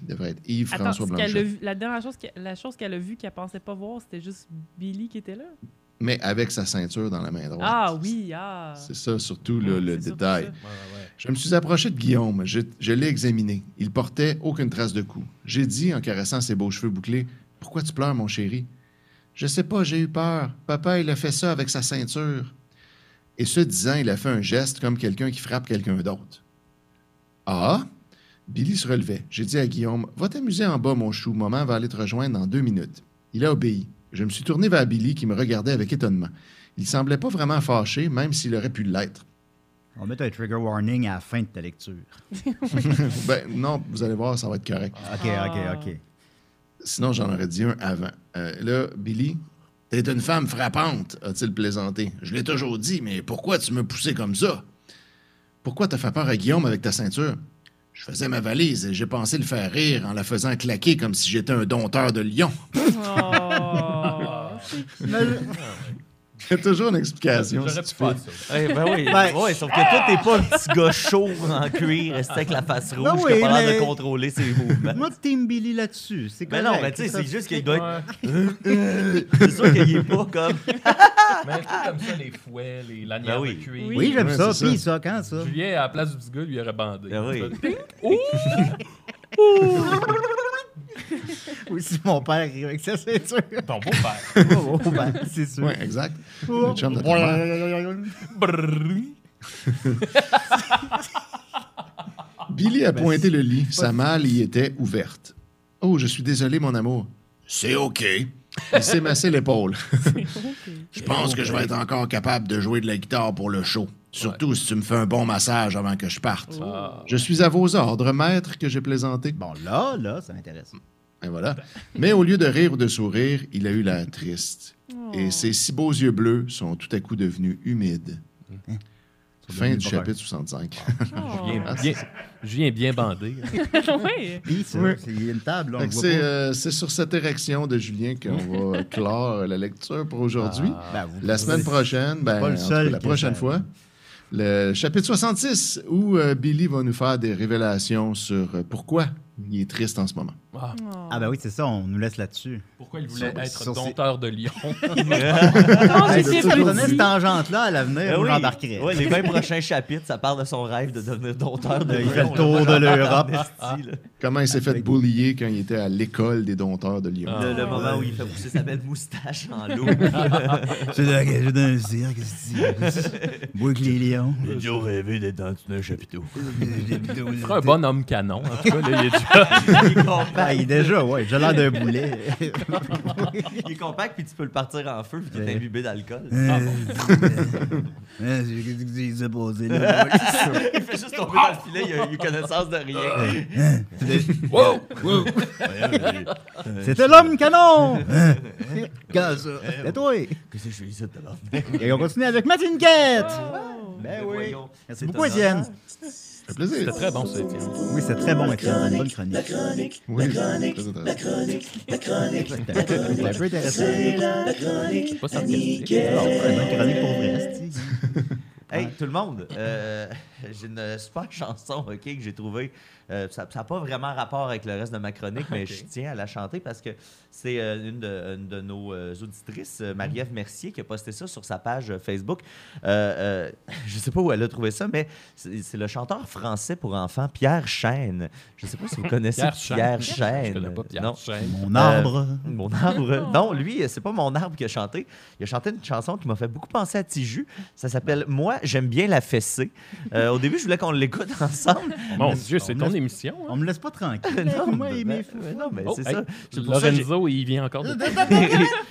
F: Il devait être Yves
D: Attends,
F: François
D: ce qu'elle a
F: Blanchet.
D: vu- la dernière chose qu'elle, la chose qu'elle a vue qu'elle pensait pas voir, c'était juste Billy qui était là.
F: Mais avec sa ceinture dans la main droite.
D: Ah oui, ah.
F: C'est ça, surtout le, le
D: C'est surtout
F: détail.
D: ça.
F: Je me suis approché de Guillaume. Je, je l'ai examiné. Il portait aucune trace de coup. J'ai dit, en caressant ses beaux cheveux bouclés, Pourquoi tu pleures, mon chéri Je sais pas, j'ai eu peur. Papa, il a fait ça avec sa ceinture. Et ce disant, il a fait un geste comme quelqu'un qui frappe quelqu'un d'autre. Ah Billy se relevait. J'ai dit à Guillaume Va t'amuser en bas, mon chou. Maman va aller te rejoindre dans deux minutes. Il a obéi. Je me suis tourné vers Billy qui me regardait avec étonnement. Il semblait pas vraiment fâché, même s'il aurait pu l'être.
A: On met un trigger warning à la fin de ta lecture.
F: ben non, vous allez voir, ça va être correct.
A: OK,
D: Ah.
A: OK, OK.
F: Sinon, j'en aurais dit un avant. Euh, là, Billy, t'es une femme frappante, a-t-il plaisanté. Je l'ai toujours dit, mais pourquoi tu me poussais comme ça? Pourquoi t'as fait peur à Guillaume avec ta ceinture? Je faisais ma valise et j'ai pensé le faire rire en la faisant claquer comme si j'étais un dompteur de lion.
E: Ah,
D: Oh.
F: Il y a toujours une explication.
E: J'aurais
F: si
E: pu
F: tu fais-
E: faire ça.
G: Eh ben oui,
A: Ben-
G: ouais, sauf que toi, t'es pas le petit gars chaud en cuir, resté avec la face rouge,
A: Ben
G: qui
A: oui,
G: a pas l'air
A: mais-
G: de contrôler ses
F: Ah.
G: mouvements.
A: Moi, Team Billy là-dessus. C'est
G: Mais
E: Ben
A: correct.
G: non, mais tu sais, c'est juste qu'il doit être.
E: Ouais.
G: C'est sûr qu'il est pas comme.
E: Mais tout comme ça, les fouets, les lanières
G: Ben oui.
E: de cuir.
A: Oui, j'aime
F: Ouais,
A: ça.
F: c'est
A: Puis ça, quand ça?
E: Julien, à la place du petit gars, lui aurait bandé.
G: Ben oui.
D: Oh!
A: Oui, si mon père rit avec sa ceinture.
E: Ton beau-père.
A: oh, oh, ben, c'est sûr.
F: Ouais, exact.
A: Oh.
F: Le chum de ta mère. Billy
E: Ben,
F: a pointé le lit. Sa malle y était ouverte. Oh, je suis désolé, mon amour. C'est OK. Il s'est massé l'épaule. Je pense que je vais être encore capable de jouer de la guitare pour le show. Surtout si tu me fais un bon massage avant que je parte.
E: Ah.
F: Je suis à vos ordres, maître, que j'ai plaisanté.
A: Bon, là, là, ça m'intéresse.
F: Et voilà. Mais au lieu de rire ou de sourire, il a eu l'air triste.
A: Oh.
F: Et ses si beaux yeux bleus sont tout à coup devenus humides. Fin
A: devenus
F: du
A: le bonheur.
F: chapitre 65.
A: Ah,
D: Ah, ben
E: Julien, bien, Julien bien bandé.
D: oui.
A: Puis ça, c'est- il y a une table, là, on
F: Fait
A: le
F: que
A: voit
F: C'est
A: pas.
F: euh, c'est sur cette érection de Julien qu'on va clore la lecture pour aujourd'hui.
E: Ah.
A: Ben, vous-
F: La semaine prochaine, ben,
A: pas le
F: en tout
A: seul
F: cas, la
A: qui
F: prochaine
A: fait.
F: fois, le chapitre 66, où euh, Billy va nous faire des révélations sur euh, pourquoi il est triste en ce moment.
E: Ah,
A: Ah, ben oui, c'est ça, on nous laisse là-dessus.
E: pourquoi il voulait
A: Sur-
E: être
A: sur ses-
E: dompteur de lion?
D: Quand
A: Hey, si
D: j'étais
A: je prenais cette
D: petit.
A: tangente-là à l'avenir,
G: Ben
A: on
G: oui.
A: l'embarquerait.
G: Ouais, les 20 prochains chapitres, ça parle de son rêve de devenir dompteur de
A: Il fait
G: lion,
A: le tour
G: là.
A: de l'Europe.
G: Esti, là.
F: Comment il s'est fait
A: Avec-
F: boulier quand il était à l'école des dompteurs de Lyon.
G: Le, le
D: Ah.
G: moment où il fait pousser sa belle moustache en l'eau.
A: C'est dans c'est dans un cirque, qu'est-ce que tu dis? Bois avec les lions.
G: J'ai toujours rêvé d'être dans un chapiteau.
E: Il ferait un bon homme canon. En tout cas, là, il est déjà...
G: Il compare.
A: Ben, il est déjà, ouais, j'ai l'air d'un boulet.
G: Il est compact, puis tu peux le partir en feu, puis tu
A: Ouais.
G: est imbibé d'alcool.
F: Euh,
A: Hein, c'est- Qu'est-ce que tu sais poser là?
G: Il fait juste tomber dans le filet, il a eu connaissance de
A: Ah.
G: rien.
A: Hein?
E: Wow! Wow!
G: Ben
A: C'était l'homme canon! Hein? Quand ça?
E: Eh,
A: C'est toi!
G: Qu'est-ce que je fais ici de là?
A: Et on continue avec Martine Quête!
G: Ben
A: oui. Merci
G: C'est
A: beaucoup,
G: étonnant.
A: Étienne!
F: Ça fait plaisir.
E: C'était très bon, ça, Étienne.
A: Oui, c'est très bon, Étienne, une bonne chronique.
F: Oui, très intéressant.
A: C'était un peu intéressant.
E: C'est pas sarcastique.
A: Alors, une bonne chronique pour vrai, esti.
G: Hey, tout le monde, euh, j'ai une super chanson ok, que j'ai trouvée. Euh, ça n'a pas vraiment rapport avec le reste de ma chronique, mais je tiens à la chanter parce que c'est euh, une, de, une de nos euh, auditrices, euh,
E: Mm.
G: Marie-Ève Mercier, qui a posté ça sur sa page euh, Facebook. Euh, euh, je ne sais pas où elle a trouvé ça, mais c'est c'est le chanteur français pour enfants, Pierre Chêne. Je ne sais pas si vous connaissez
E: Pierre
G: Pierre
E: Chêne.
G: Chêne.
E: Je connais pas Pierre
G: Non.
E: Chêne.
A: Mon arbre.
G: Euh, mon arbre. non, lui, c'est pas mon arbre qui a chanté. Il a chanté une chanson qui m'a fait beaucoup penser à Tiju. Ça s'appelle Moi, j'aime bien la fessée. Euh, au début, je voulais qu'on l'écoute ensemble.
E: Mon Dieu, c'est ton émission. hein?
A: On me laisse pas tranquille.
G: Non,
A: Moi,
G: ben,
A: il m'est
G: ben, non, mais
E: Oh,
G: c'est
E: hey,
G: ça. C'est pour ça que j'ai-
E: Lorenzo, il vient encore de... de te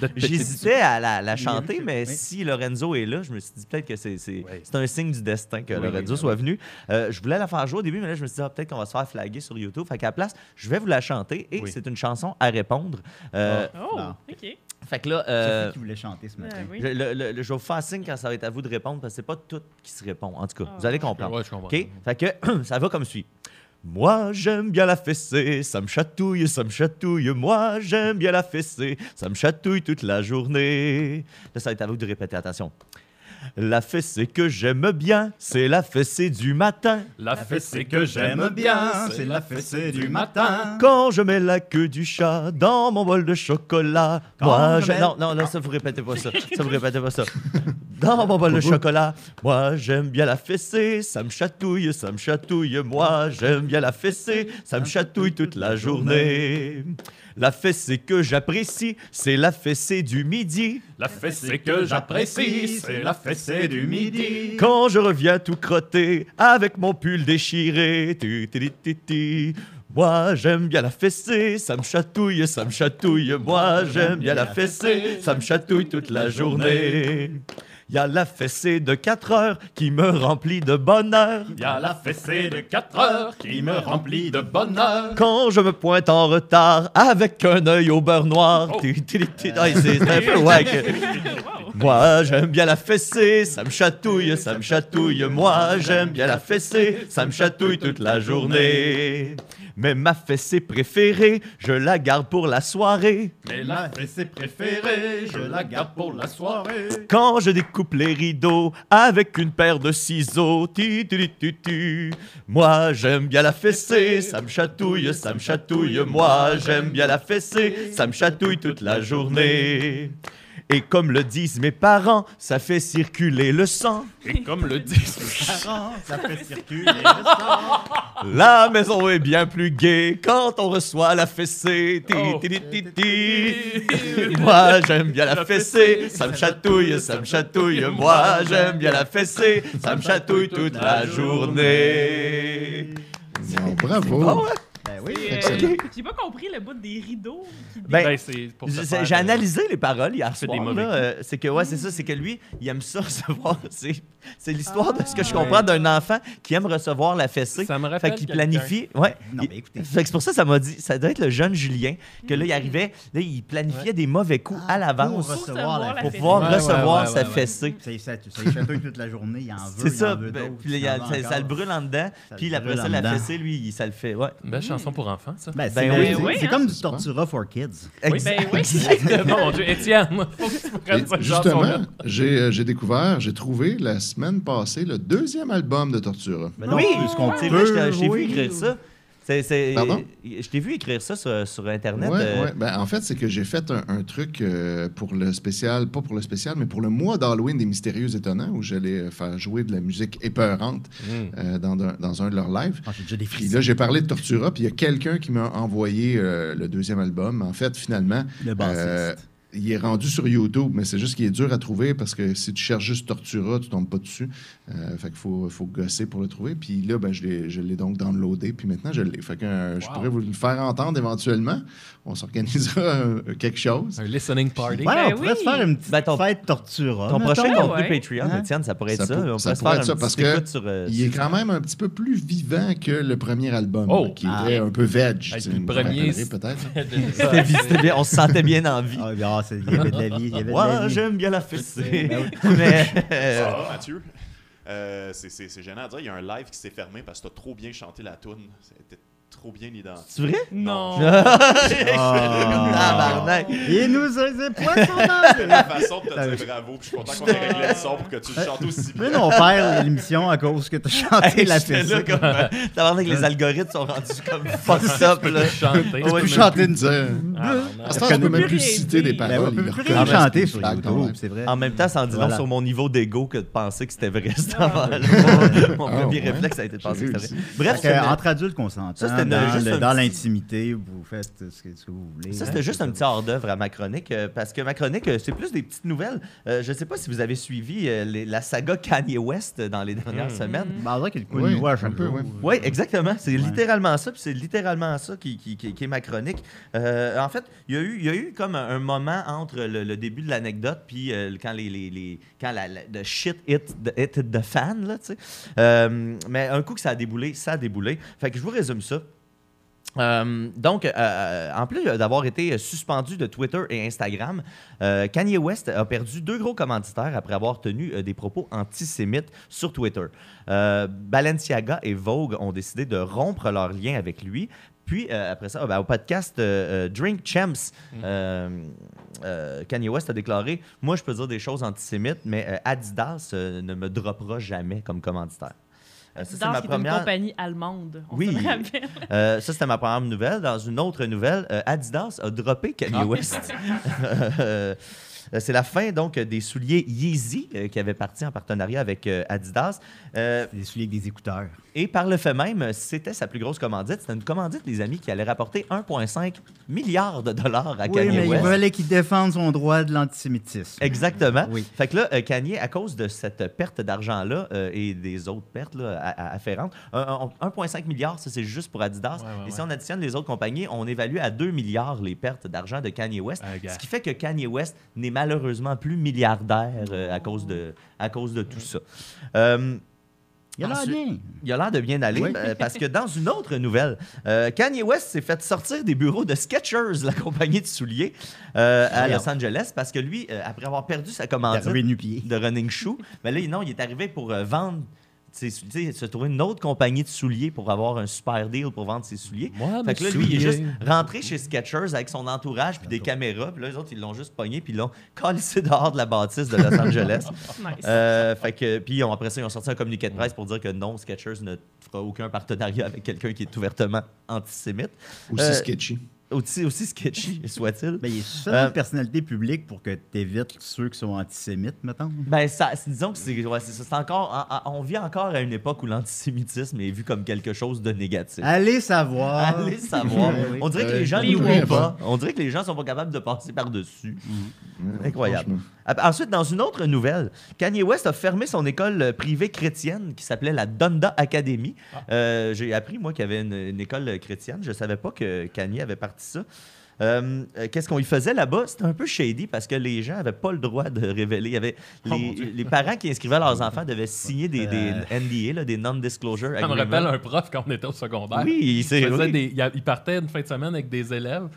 E: péter
G: J'hésitais à la, la chanter, mais
A: Oui.
G: si Lorenzo est là, je me suis dit peut-être que c'est c'est-
E: Oui.
G: c'est un signe du destin que
E: Oui,
G: Lorenzo
E: oui.
G: soit venu. Euh, je voulais la faire jouer au début, mais là, je me suis dit ah, peut-être qu'on va se faire flaguer sur YouTube. Fait qu'à la place, je vais vous la chanter et
E: Oui.
G: c'est une chanson à répondre. Euh,
D: Oh,
A: Ah.
D: OK.
G: Fait que là,
A: C'est
G: euh,
A: qui voulait chanter ce matin.
D: Ah, oui.
G: je, le- le- le- je vais vous faire signe quand ça va être à vous de répondre parce que c'est pas tout qui se répond. En tout cas,
D: Ah.
G: vous allez comprendre.
E: Ouais, je comprends.
G: OK? Fait que ça va comme suit. Moi, j'aime bien la fessée, ça me chatouille, ça me chatouille. Moi, j'aime bien la fessée, ça me chatouille toute la journée. Là, ça va être à vous de répéter, attention. La fessée que j'aime bien, c'est la fessée du matin.
E: La fessée que j'aime bien, c'est la fessée du matin.
G: Quand je mets la queue du chat dans mon bol de chocolat,
A: Quand
G: moi
A: je
G: je...
A: mets-
G: Non, non, non, ça vous répétez pas ça. Ça vous répétez pas ça. Dans mon bol de chocolat, moi j'aime bien la fessée, ça me chatouille, ça me chatouille. Moi j'aime bien la fessée, ça me chatouille toute la journée. La fessée que j'apprécie, c'est la fessée du midi.
E: La fessée que j'apprécie, c'est la fessée du midi.
G: Quand je reviens tout crotté avec mon pull déchiré, tu, ti, ti, ti, ti. moi j'aime bien la fessée, ça me chatouille, ça me chatouille, moi j'aime bien la fessée, ça me chatouille toute la journée. Y a la fessée de 4 heures qui me remplit de bonheur.
E: Y a la fessée de 4 heures qui me remplit de bonheur.
G: Quand je me pointe en retard avec un œil au beurre noir.
E: Oh.
G: Tu, tu, tu, ah, c'est c'est un peu wack. Moi, j'aime bien la fessée, ça me chatouille, ça me chatouille. Moi, j'aime bien la fessée, ça me chatouille toute la journée. Mais ma fessée préférée, je la garde pour la soirée.
E: Mais la fessée préférée, je la garde pour la soirée.
G: Quand je découpe les rideaux avec une paire de ciseaux, ti, ti, ti, ti, ti. moi j'aime bien la fessée, ça me chatouille, ça me chatouille, moi j'aime bien la fessée, ça me chatouille toute la journée. Et comme le disent mes parents, ça fait circuler le sang.
E: Et comme le disent
A: Ça fait circuler le sang.
G: La maison est bien plus gaie quand on reçoit la fessée. Ti,
E: Oh.
G: ti, ti, ti,
E: Ben,
G: ti. Moi, j'aime bien la fessée. Ça me chatouille, ça me chatouille. Moi, j'aime bien la fessée. Ça me chatouille toute la journée. Ah
F: Bon,
E: Oh.
F: bravo.
A: Ben oui.
D: Euh, J'ai pas compris le bout des rideaux.
G: Ben,
E: c'est pour se faire,
G: j'ai j'ai
E: euh,
G: analysé les paroles hier
E: fait
G: soir.
E: des mauvais
G: là, euh, c'est que, ouais, c'est ça, c'est que lui, il aime ça recevoir. C'est c'est l'histoire de ce
E: Ah
G: que je comprends d'un enfant qui aime recevoir la fessée.
E: Ça me
G: Fait
E: rappelle
G: qu'il
E: quelqu'un.
G: planifie. Ouais.
A: Non,
G: Il-
A: mais écoutez.
G: Fait que c'est pour ça que ça m'a dit, ça doit être le jeune Julien, que là, il arrivait, là, il planifiait des mauvais coups à l'avance
A: Pour
G: pour,
A: recevoir la
D: Pour
A: fessée.
G: pouvoir
E: Ah, Ouais, ouais,
G: recevoir
E: ouais,
G: sa
E: ouais, ouais.
G: fessée.
A: Ça, ça, ça lui chatouille toute la journée, il en veut.
G: C'est
A: il en
G: ça,
A: veut
G: ben,
A: d'autres,
G: puis là, il y
A: il
G: a-
A: en veut
G: ça, ça
A: encore.
G: le brûle en dedans,
A: Ça
G: puis
A: le
G: après
A: brûle
G: ça,
A: en
G: la
A: dedans.
G: fessée, lui, il- ça le fait. Ouais.
E: Une belle chanson pour enfants, ça.
A: Ben, c'est
G: Ben oui,
A: c'est-
D: oui,
A: c'est
D: hein.
A: comme du Tortura for Kids.
D: Ben oui.
E: Exactement, mon Dieu. Étienne, faut que tu
F: Et
E: prennes cette chanson-là.
F: justement, j'ai euh, j'ai découvert, j'ai trouvé la semaine passée le deuxième album de Tortura.
A: Ben non,
G: oui,
A: plus qu'on
G: c'est
A: peut,
G: vrai, je t'ai- je t'ai vu
A: oui.
G: écrire ça. C'est- c'est-
F: Pardon?
G: Je t'ai vu écrire ça sur, sur Internet.
F: Ouais,
G: euh,
F: ouais. Ben, en fait, c'est que j'ai fait un, un truc euh, pour le spécial, pas pour le spécial, mais pour le mois d'Halloween des Mystérieux Étonnants, où j'allais euh, faire jouer de la musique épeurante
E: Hmm.
F: euh, dans, un- dans un de leurs lives.
A: Ah, J'ai déjà des
F: Puis
A: frissons.
F: là, j'ai parlé de Tortura, puis il y a quelqu'un qui m'a envoyé euh, le deuxième album. En fait, finalement,
A: Le bassiste.
F: euh, il est rendu sur YouTube, mais c'est juste qu'il est dur à trouver parce que si tu cherches juste Tortura, tu tombes pas dessus. Euh, fait qu'il faut, faut gosser pour le trouver. Puis là, ben, je l'ai je l'ai donc downloadé, puis maintenant, je l'ai. Fait que euh, je
E: Wow.
F: pourrais vous le faire entendre éventuellement. On s'organisera euh, quelque chose.
E: Un listening party.
A: Ouais,
D: Ben
A: on pourrait
D: oui.
A: se faire une petite
G: Ben, ton-
A: fête Tortura.
G: Ton
A: mettons.
G: prochain contenu
D: ouais.
G: Patreon,
A: Hein?
G: Étienne, ça pourrait être ça.
F: Ça pour-
G: On
F: ça
G: pourrait se
F: pourrait
G: faire
F: être ça,
G: un
F: parce
G: petit
F: que
G: écoute sur, euh,
F: Il est quand même un petit peu plus vivant que le premier album,
E: Oh.
F: qui
A: Ah.
F: était un peu veg.
E: Hey,
F: tu
E: puis le
F: me
E: premier,
F: rappellerais
E: c'est-
F: peut-être.
G: C'était vi- c'était bien, on se sentait bien en vie.
A: Ah, ben ah, c'est- il y avait de la vie. Il y avait de la
G: Moi,
A: vie.
G: j'aime bien la fessée.
A: Ben
G: Mais euh,
H: Ça va, Mathieu? Euh, c'est- c'est c'est gênant à dire. Il y a un live qui s'est fermé parce que t'as trop bien chanté la toune. C'était trop bien identifié.
G: c'est vrai?
D: Non.
G: Tabarnak.
A: Et nous, c'est c'est pas son âge.
H: C'est la façon de te dire bravo. Puis je suis content qu'on ait réglé le son pour que tu le chantes aussi
A: Mais
H: bien.
A: non, on perd l'émission à cause que t'as chanté
G: Hey,
A: la
G: j'étais
A: fessée.
G: là comme, euh, Tabarnak, les algorithmes sont rendus comme fucked up. là.
E: Chanter.
G: Ouais,
F: Tu peux
G: mais-
F: chanter une dire.
E: Ah, non, non.
F: À ce temps, tu peux même
D: plus
F: plus
D: rien
F: citer
D: dire.
F: des
A: Ben ouais,
F: paroles.
A: on peut plus
F: ils
A: rien
F: reconnaissent
A: chanter
F: plus
A: sur
F: flag quand
A: YouTube,
F: même.
A: c'est vrai.
G: En même temps, ça en dit
A: Voilà.
G: long sur mon niveau d'ego que de penser que c'était vrai. cette
D: Ah.
G: affaire-là. Mon
F: Ah,
G: premier
F: ouais.
G: réflexe, ça a été de penser que c'était vrai.
A: Fait
G: Bref,
A: que,
G: c'était-
A: entre adultes qu'on s'entend,
G: Ça, c'était
A: dans,
G: juste
A: le-
G: un
A: dans
G: petit-
A: l'intimité, vous faites ce que, ce que vous voulez.
G: Ça,
A: hein,
G: c'était juste un petit hors-d'œuvre à ma chronique, euh, parce que ma chronique, euh, c'est plus des petites nouvelles. Euh, je sais pas si vous avez suivi euh, les- la saga Kanye West euh, dans les dernières semaines.
A: Ben, on dirait qu'il y a le coup de
F: Oui,
A: nouveau à chaque
F: un peu,
A: jour.
F: oui.
G: Oui, exactement. C'est
A: euh, Ouais.
G: littéralement ça, puis c'est littéralement ça qui, qui, qui- qui est ma chronique. Euh, en fait, il y, a eu- il y a eu comme un, un moment entre le, le début de l'anecdote puis euh, quand les, les, les- quand la, la- the shit hit the, hit the fan là, tu sais. Euh, mais un coup que ça a déboulé, ça a déboulé. Fait que je vous résume ça. Euh, donc, euh, en plus d'avoir été suspendu de Twitter et Instagram, euh, Kanye West a perdu deux gros commanditaires après avoir tenu euh, des propos antisémites sur Twitter. Euh, Balenciaga et Vogue ont décidé de rompre leur lien avec lui. Puis, euh, après ça, ah, ben, au podcast euh, euh, Drink Champs, euh, euh, Kanye West a déclaré « Moi, je peux dire des choses antisémites, mais euh, Adidas euh, ne me droppera jamais comme commanditaire. Euh, ça, c'est
D: Dans
G: ma
D: ce qui est une
G: première-
D: compagnie allemande. On
G: Oui.
D: se rappelle.
G: euh, ça, c'était ma première nouvelle. Dans une autre nouvelle, euh, Adidas a droppé Kanye West. Euh, C'est la fin donc des souliers Yeezy euh, qui avaient parti en partenariat avec euh, Adidas. Euh,
A: C'est des souliers avec des écouteurs.
G: et par le fait même, c'était sa plus grosse commandite. C'était une commandite, les amis, qui allait rapporter 1,5 milliard de dollars à
A: Oui,
G: Kanye
A: mais il
G: West.
A: fallait qu'il défende son droit de l'antisémitisme.
G: Exactement.
A: Oui.
G: Fait que là, euh, Kanye, à cause de cette perte d'argent-là euh, et des autres pertes là, à- à- afférentes, un- un- 1,5 milliard, ça c'est juste pour Adidas.
E: Ouais, ouais,
G: et si
E: ouais.
G: on additionne les autres compagnies, on évalue à 2 milliards les pertes d'argent de Kanye West.
E: Ah, gars.
G: Ce qui fait que Kanye West n'est malheureusement plus milliardaire euh, à, cause de, à cause de tout ça. Euh,
A: Il a l'air
G: ensuite-
A: bien.
G: il a l'air de bien aller
A: Oui.
G: euh, parce que dans une autre nouvelle, euh, Kanye West s'est fait sortir des bureaux de Skechers, la compagnie de souliers, euh, à
A: Voyons.
G: Los Angeles parce que lui, euh, après avoir perdu
A: Il
G: sa
A: a
G: commandite
A: rué nu-pied.
G: de running shoe, mais là non, il est arrivé pour euh, vendre. ses sou- tu sais, se trouver une autre compagnie de souliers pour avoir un super deal pour vendre ses souliers.
A: Ah,
E: Moi,
G: fait que là, lui, il est juste rentré chez Skechers avec son entourage puis des caméras. Puis là, les autres, ils l'ont juste pogné puis ils l'ont calissé dehors de la bâtisse de Los Angeles.
D: Nice.
G: Euh, fait que, puis ils ont- après ça, ils ont sorti un communiqué de presse pour dire que non, Skechers ne fera aucun partenariat avec quelqu'un qui est ouvertement antisémite.
F: Aussi
G: Euh,
F: sketchy.
G: Aussi, aussi sketchy soit-il.
A: Ben, il est seulement
G: Euh,
A: une personnalité publique pour que tu évites ceux qui sont antisémites, mettons.
G: Ben, ça, c'est- disons que c'est ouais, c'est ça, c'est encore. en- en- on vit encore à une époque où l'antisémitisme est vu comme quelque chose de négatif.
A: Allez savoir.
G: Allez savoir.
A: Ah, Oui, oui.
G: On dirait que
F: Euh,
G: les gens
F: les
G: n'oublient
F: woke.
G: pas. On dirait que les gens sont pas capables de passer par-dessus.
A: Mm.
F: Ouais,
G: Incroyable.
F: franchement.
G: Ah, Ensuite, dans une autre nouvelle, Kanye West a fermé son école euh, privée chrétienne qui s'appelait la Donda Academy.
E: Ah.
G: Euh, J'ai appris, moi, qu'il y avait une, une école euh, chrétienne. Je savais pas que Kanye avait parti ça. Euh, euh, Qu'est-ce qu'on y faisait là-bas? C'était un peu shady parce que les gens n'avaient pas le droit de révéler. Il y avait
E: Oh
G: les, les parents qui inscrivaient leurs enfants devaient signer des, des
E: Euh.
G: NDA, là, des Non-Disclosure
E: Ça me
G: Agreements.
E: rappelle un prof quand on était au secondaire.
G: Oui,
E: Il,
G: c'est
E: faisait
G: oui.
E: des- il a- il partait une fin de semaine avec des élèves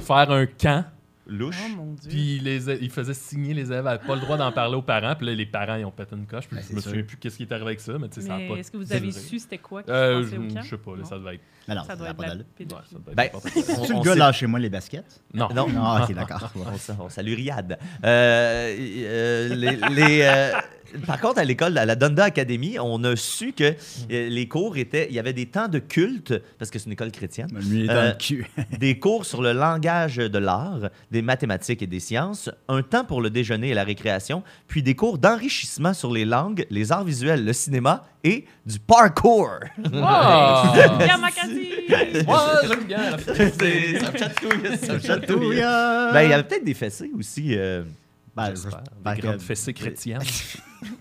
E: faire un camp,
G: louches.
D: Oh mon Dieu.
E: puis il, les, il faisait signer les élèves, n'avaient pas le droit d'en parler aux parents, puis là, les parents, ils ont pété une coche, puis
A: Ben,
E: je me
A: c'est
E: souviens
A: sûr.
E: plus qu'est-ce qui est arrivé avec ça, mais tu sais, ça a
D: Mais
E: pas...
D: est-ce que vous avez
E: duré.
D: su c'était quoi qui se
E: Euh,
D: passait au
E: je,
D: camp?
E: je sais pas, là,
D: Non.
E: ça devait être...
A: Alors,
D: Ça doit être de la pédophilie.
E: ouais, ça devait être
G: Ben,
E: n'importe quoi.
A: C'est
G: on-
A: le
G: on
A: gars,
G: sait-
A: lâchez-moi les baskets.
E: Non.
G: Non.
A: Ah, ok, d'accord. Ouais.
G: On, sa- on salue Riyad. Euh, euh, les- les, euh, par contre, à l'école, à la Donda Academy, on a su que euh, les cours étaient. Il y avait des temps de culte, parce que c'est une école chrétienne,
A: Lui, il est dans
G: Euh,
A: le cul.
G: des cours sur le langage de l'art, des mathématiques et des sciences, un temps pour le déjeuner et la récréation, puis des cours d'enrichissement sur les langues, les arts visuels, le cinéma et du parkour.
E: Ah!
D: Yamakasi!
E: Moi, j'aime bien la
G: C'est- ça me chatouille, ça me chatouille.
A: Chatouille.
G: Ben, il y avait peut-être des fessées aussi. euh,
A: Ben,
G: j'espère,
A: j'espère
E: Des
A: que-
E: grandes fessées chrétiennes.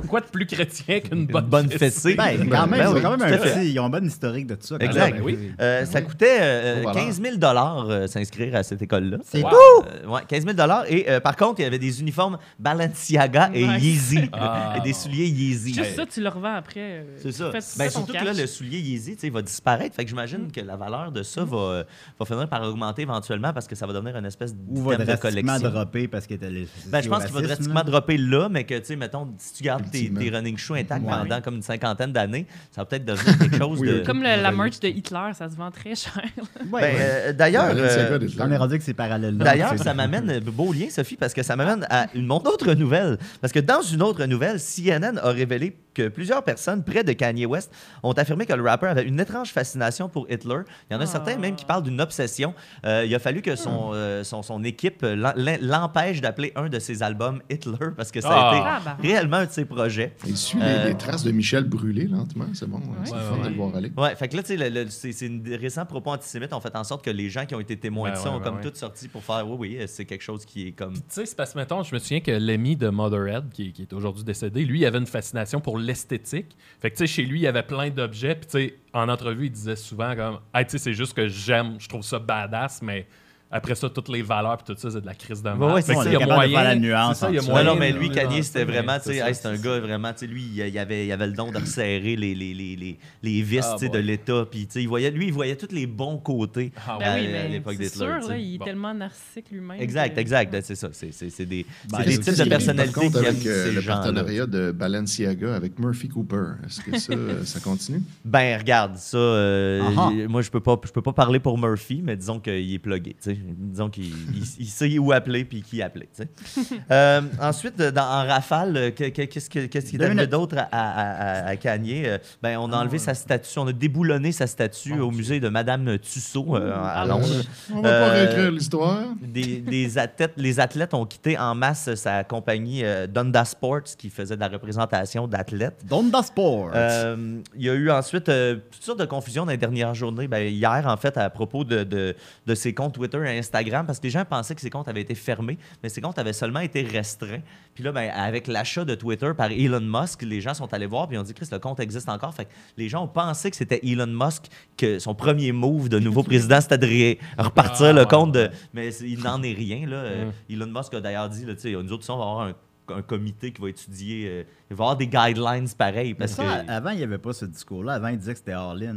E: Quoi de plus chrétien qu'une bonne,
G: bonne fessée.
A: Ben, quand même,
G: Ben
A: ils ont
G: oui,
A: quand même
G: tout
A: un
G: à fait.
A: petit. Ils ont un bon historique de tout ça. quand
G: Exact.
A: même.
E: oui.
G: Euh, ça coûtait euh,
F: Oh, voilà.
G: 15 000 euh, s'inscrire à cette école-là.
A: C'est
E: Wow.
A: tout!
G: Euh, ouais, 15 000 Et euh, par contre, il y avait des uniformes Balenciaga et
D: Nice.
G: Yeezy.
E: Ah.
G: et des souliers Yeezy.
D: Juste ça, tu le revends après. euh,
G: C'est ça.
D: fais- fais
G: Ben,
D: ton
G: surtout que là,
D: cash.
G: le soulier Yeezy tu sais, va disparaître. Fait que j'imagine que la valeur de ça va, euh, va finir par augmenter éventuellement parce que ça va devenir une espèce
A: Ou va
G: d'item de
A: drastiquement
G: collection.
A: dropper parce que t'as les.
G: Ben, je pense qu'il va drastiquement dropper là, mais que, tu sais, mettons, si tu gardes tes,
F: Ultimement.
G: tes running shoes intacts
A: Ouais.
G: pendant comme une cinquantaine d'années, ça va peut-être devenir quelque chose
A: Oui,
G: de...
D: Comme le- la merch de Hitler, ça se vend très cher.
G: Ben,
A: Ouais.
G: euh, D'ailleurs...
F: Balenciaga,
G: euh,
F: déjà.
A: J'en ai rendu que c'est parallèle.
G: D'ailleurs, ça m'amène, euh, beau lien, Sophie, parce que ça m'amène à une mon autre nouvelle. Parce que dans une autre nouvelle, CNN a révélé que plusieurs personnes près de Kanye West ont affirmé que le rappeur avait une étrange fascination pour Hitler. Il y en a
D: Ah.
G: certains même qui parlent d'une obsession. Euh, il a fallu que son, euh, son, son équipe euh, l'en- l'en- l'empêche d'appeler un de ses albums Hitler parce que ça a
E: Ah.
G: été
D: Ah, bah.
G: réellement un de ses projets.
F: Il suit les-
G: Euh,
F: les, traces de Michel brûlées lentement, c'est bon. hein, C'est
E: Ouais,
F: fun
E: ouais.
F: de le voir aller.
G: Ouais, fait que là, tu sais, le- le- c'est c'est une- des récents propos antisémites ont fait en sorte que les gens qui ont été témoins
E: Ouais,
G: de
E: ouais,
G: ça ont
E: ouais,
G: comme
E: ouais.
G: toutes sorti pour faire oui, oui, euh, c'est quelque chose qui est comme.
E: Tu sais, c'est parce que, mettons, je me souviens que l'ami de Motherhead, qui, qui est aujourd'hui décédé, lui, il avait une fascination pour l'esthétique. Fait que, tu sais, chez lui, il y avait plein d'objets. Puis, tu sais, en entrevue, il disait souvent comme, hey, tu sais, c'est juste que j'aime, je trouve ça badass, mais Après ça, toutes les valeurs puis tout ça, c'est de la crise de
G: Ouais,
E: merde.
G: ouais,
E: Fait que
G: c'est
E: tu sais,
G: ça,
E: il y a
A: on est capable de
E: moyen.
A: faire la nuance
E: c'est ça, il y a
A: entre ça.
G: Ouais,
E: moyen.
G: non, mais
E: de-
G: lui,
E: de-
G: Kanye, c'était
E: ouais,
G: vraiment, tu
E: c'est
G: sais,
E: ça,
G: hey, c'est un gars vraiment, tu sais, lui, il y avait, il avait le don de resserrer les, les, les, les, les vis,
E: Ah,
G: tu sais, de
E: boy.
G: l'État. Puis, tu sais, il voyait, lui, il voyait tous les bons côtés
E: Ah,
G: à,
D: Ben oui,
G: à
D: mais
G: l'époque
D: c'est
G: d'Hitler.
D: sûr,
G: tu sais.
D: là, il est
E: Bon.
D: tellement narcissique lui-même.
G: Exact,
D: que-
G: exact. ben, C'est ça. C'est c'est- c'est des,
A: Ben,
G: c'est des
A: c'est
G: types
A: aussi,
G: de
A: par
G: personnalités
F: Par
G: qui
F: contre,
G: aiment
F: avec euh,
G: ces
F: le
G: gens-là.
F: partenariat de Balenciaga avec Murphy Cooper, est-ce que ça, euh, ça continue?
G: Ben, regarde, ça, euh,
A: Ah ah.
G: j- moi, je peux pas, je peux pas parler pour Murphy, mais disons qu'il est plugué, tu sais. Disons qu'il il, il sait où appeler puis qui appeler, tu sais. Euh, ensuite, euh, dans, en rafale, euh, que- que- qu'est-ce que- qu'est-ce qui est
A: Deux
G: arrivé
A: minutes. Ah.
G: d'autre à, à- à- à Kanye? Euh, Ben, on a enlevé sa statue, on a déboulonné sa statue au musée de Madame Tussaud euh, à
D: Ah,
G: Londres.
F: On va pas
G: Euh,
F: réécrire l'histoire.
G: Des, des athlètes, les athlètes ont quitté en masse sa compagnie euh, Donda Sports qui faisait de la représentation d'athlètes.
A: Donda Sports.
G: Euh, il y a eu ensuite euh, toutes sortes de confusions dans les dernières journées. Ben, hier, en fait, à propos de, de, de ses comptes Twitter et Instagram, parce que les gens pensaient que ses comptes avaient été fermés, mais ses comptes avaient seulement été restreints. Puis là, ben, avec l'achat de Twitter par Elon Musk, les gens sont allés voir puis ils ont dit Chris, le compte existe encore. Fait que les gens ont pensé que c'était Elon Musk, que son premier move de nouveau président, c'était de ré- repartir
E: Ah,
G: le
E: ouais.
G: compte de. Mais c'est- il n'en est rien. Là. Euh,
E: Mm.
G: Elon Musk a d'ailleurs dit là, tu sais, nous autres, on va avoir un un comité qui va étudier, euh, il va y avoir des guidelines pareils. Parce
A: Ça,
F: euh,
G: que,
A: Avant, il n'y avait pas ce discours-là. Avant, il disait que c'était all-in.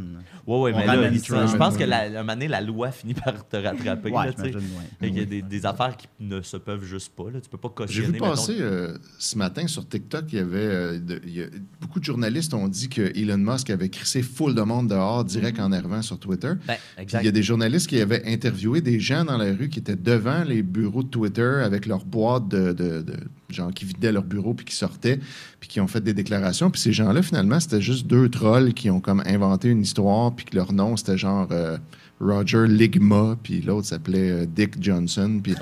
G: Ouais, ouais,
A: On
G: mais là,
A: ramène
G: il-
A: Trump.
G: je pense que la, à un moment donné, la loi finit par te rattraper.
A: Ouais,
G: là, tu sais.
A: j'imagine, ouais.
G: Fait qu'il y a des, des affaires qui ne se peuvent juste pas. Là. Tu peux pas
F: J'ai
G: cautionner.
F: vu
G: mettons-
F: passer euh, ce matin sur TikTok, il y avait euh, de- il y a- beaucoup de journalistes ont dit que Elon Musk avait crissé full de monde dehors
G: Mm.
F: direct en arrivant sur Twitter.
G: Ben,
F: Puis
G: exact.
F: Il y a des journalistes qui avaient interviewé des gens dans la rue qui étaient devant les bureaux de Twitter avec leurs boîtes de, de- de- gens qui vidaient leurs bureaux puis qui sortaient puis qui ont fait des déclarations. Puis ces gens-là, finalement, c'était juste deux trolls qui ont comme inventé une histoire puis que leur nom, c'était genre euh, Roger Ligma puis l'autre s'appelait euh, Dick Johnson. Puis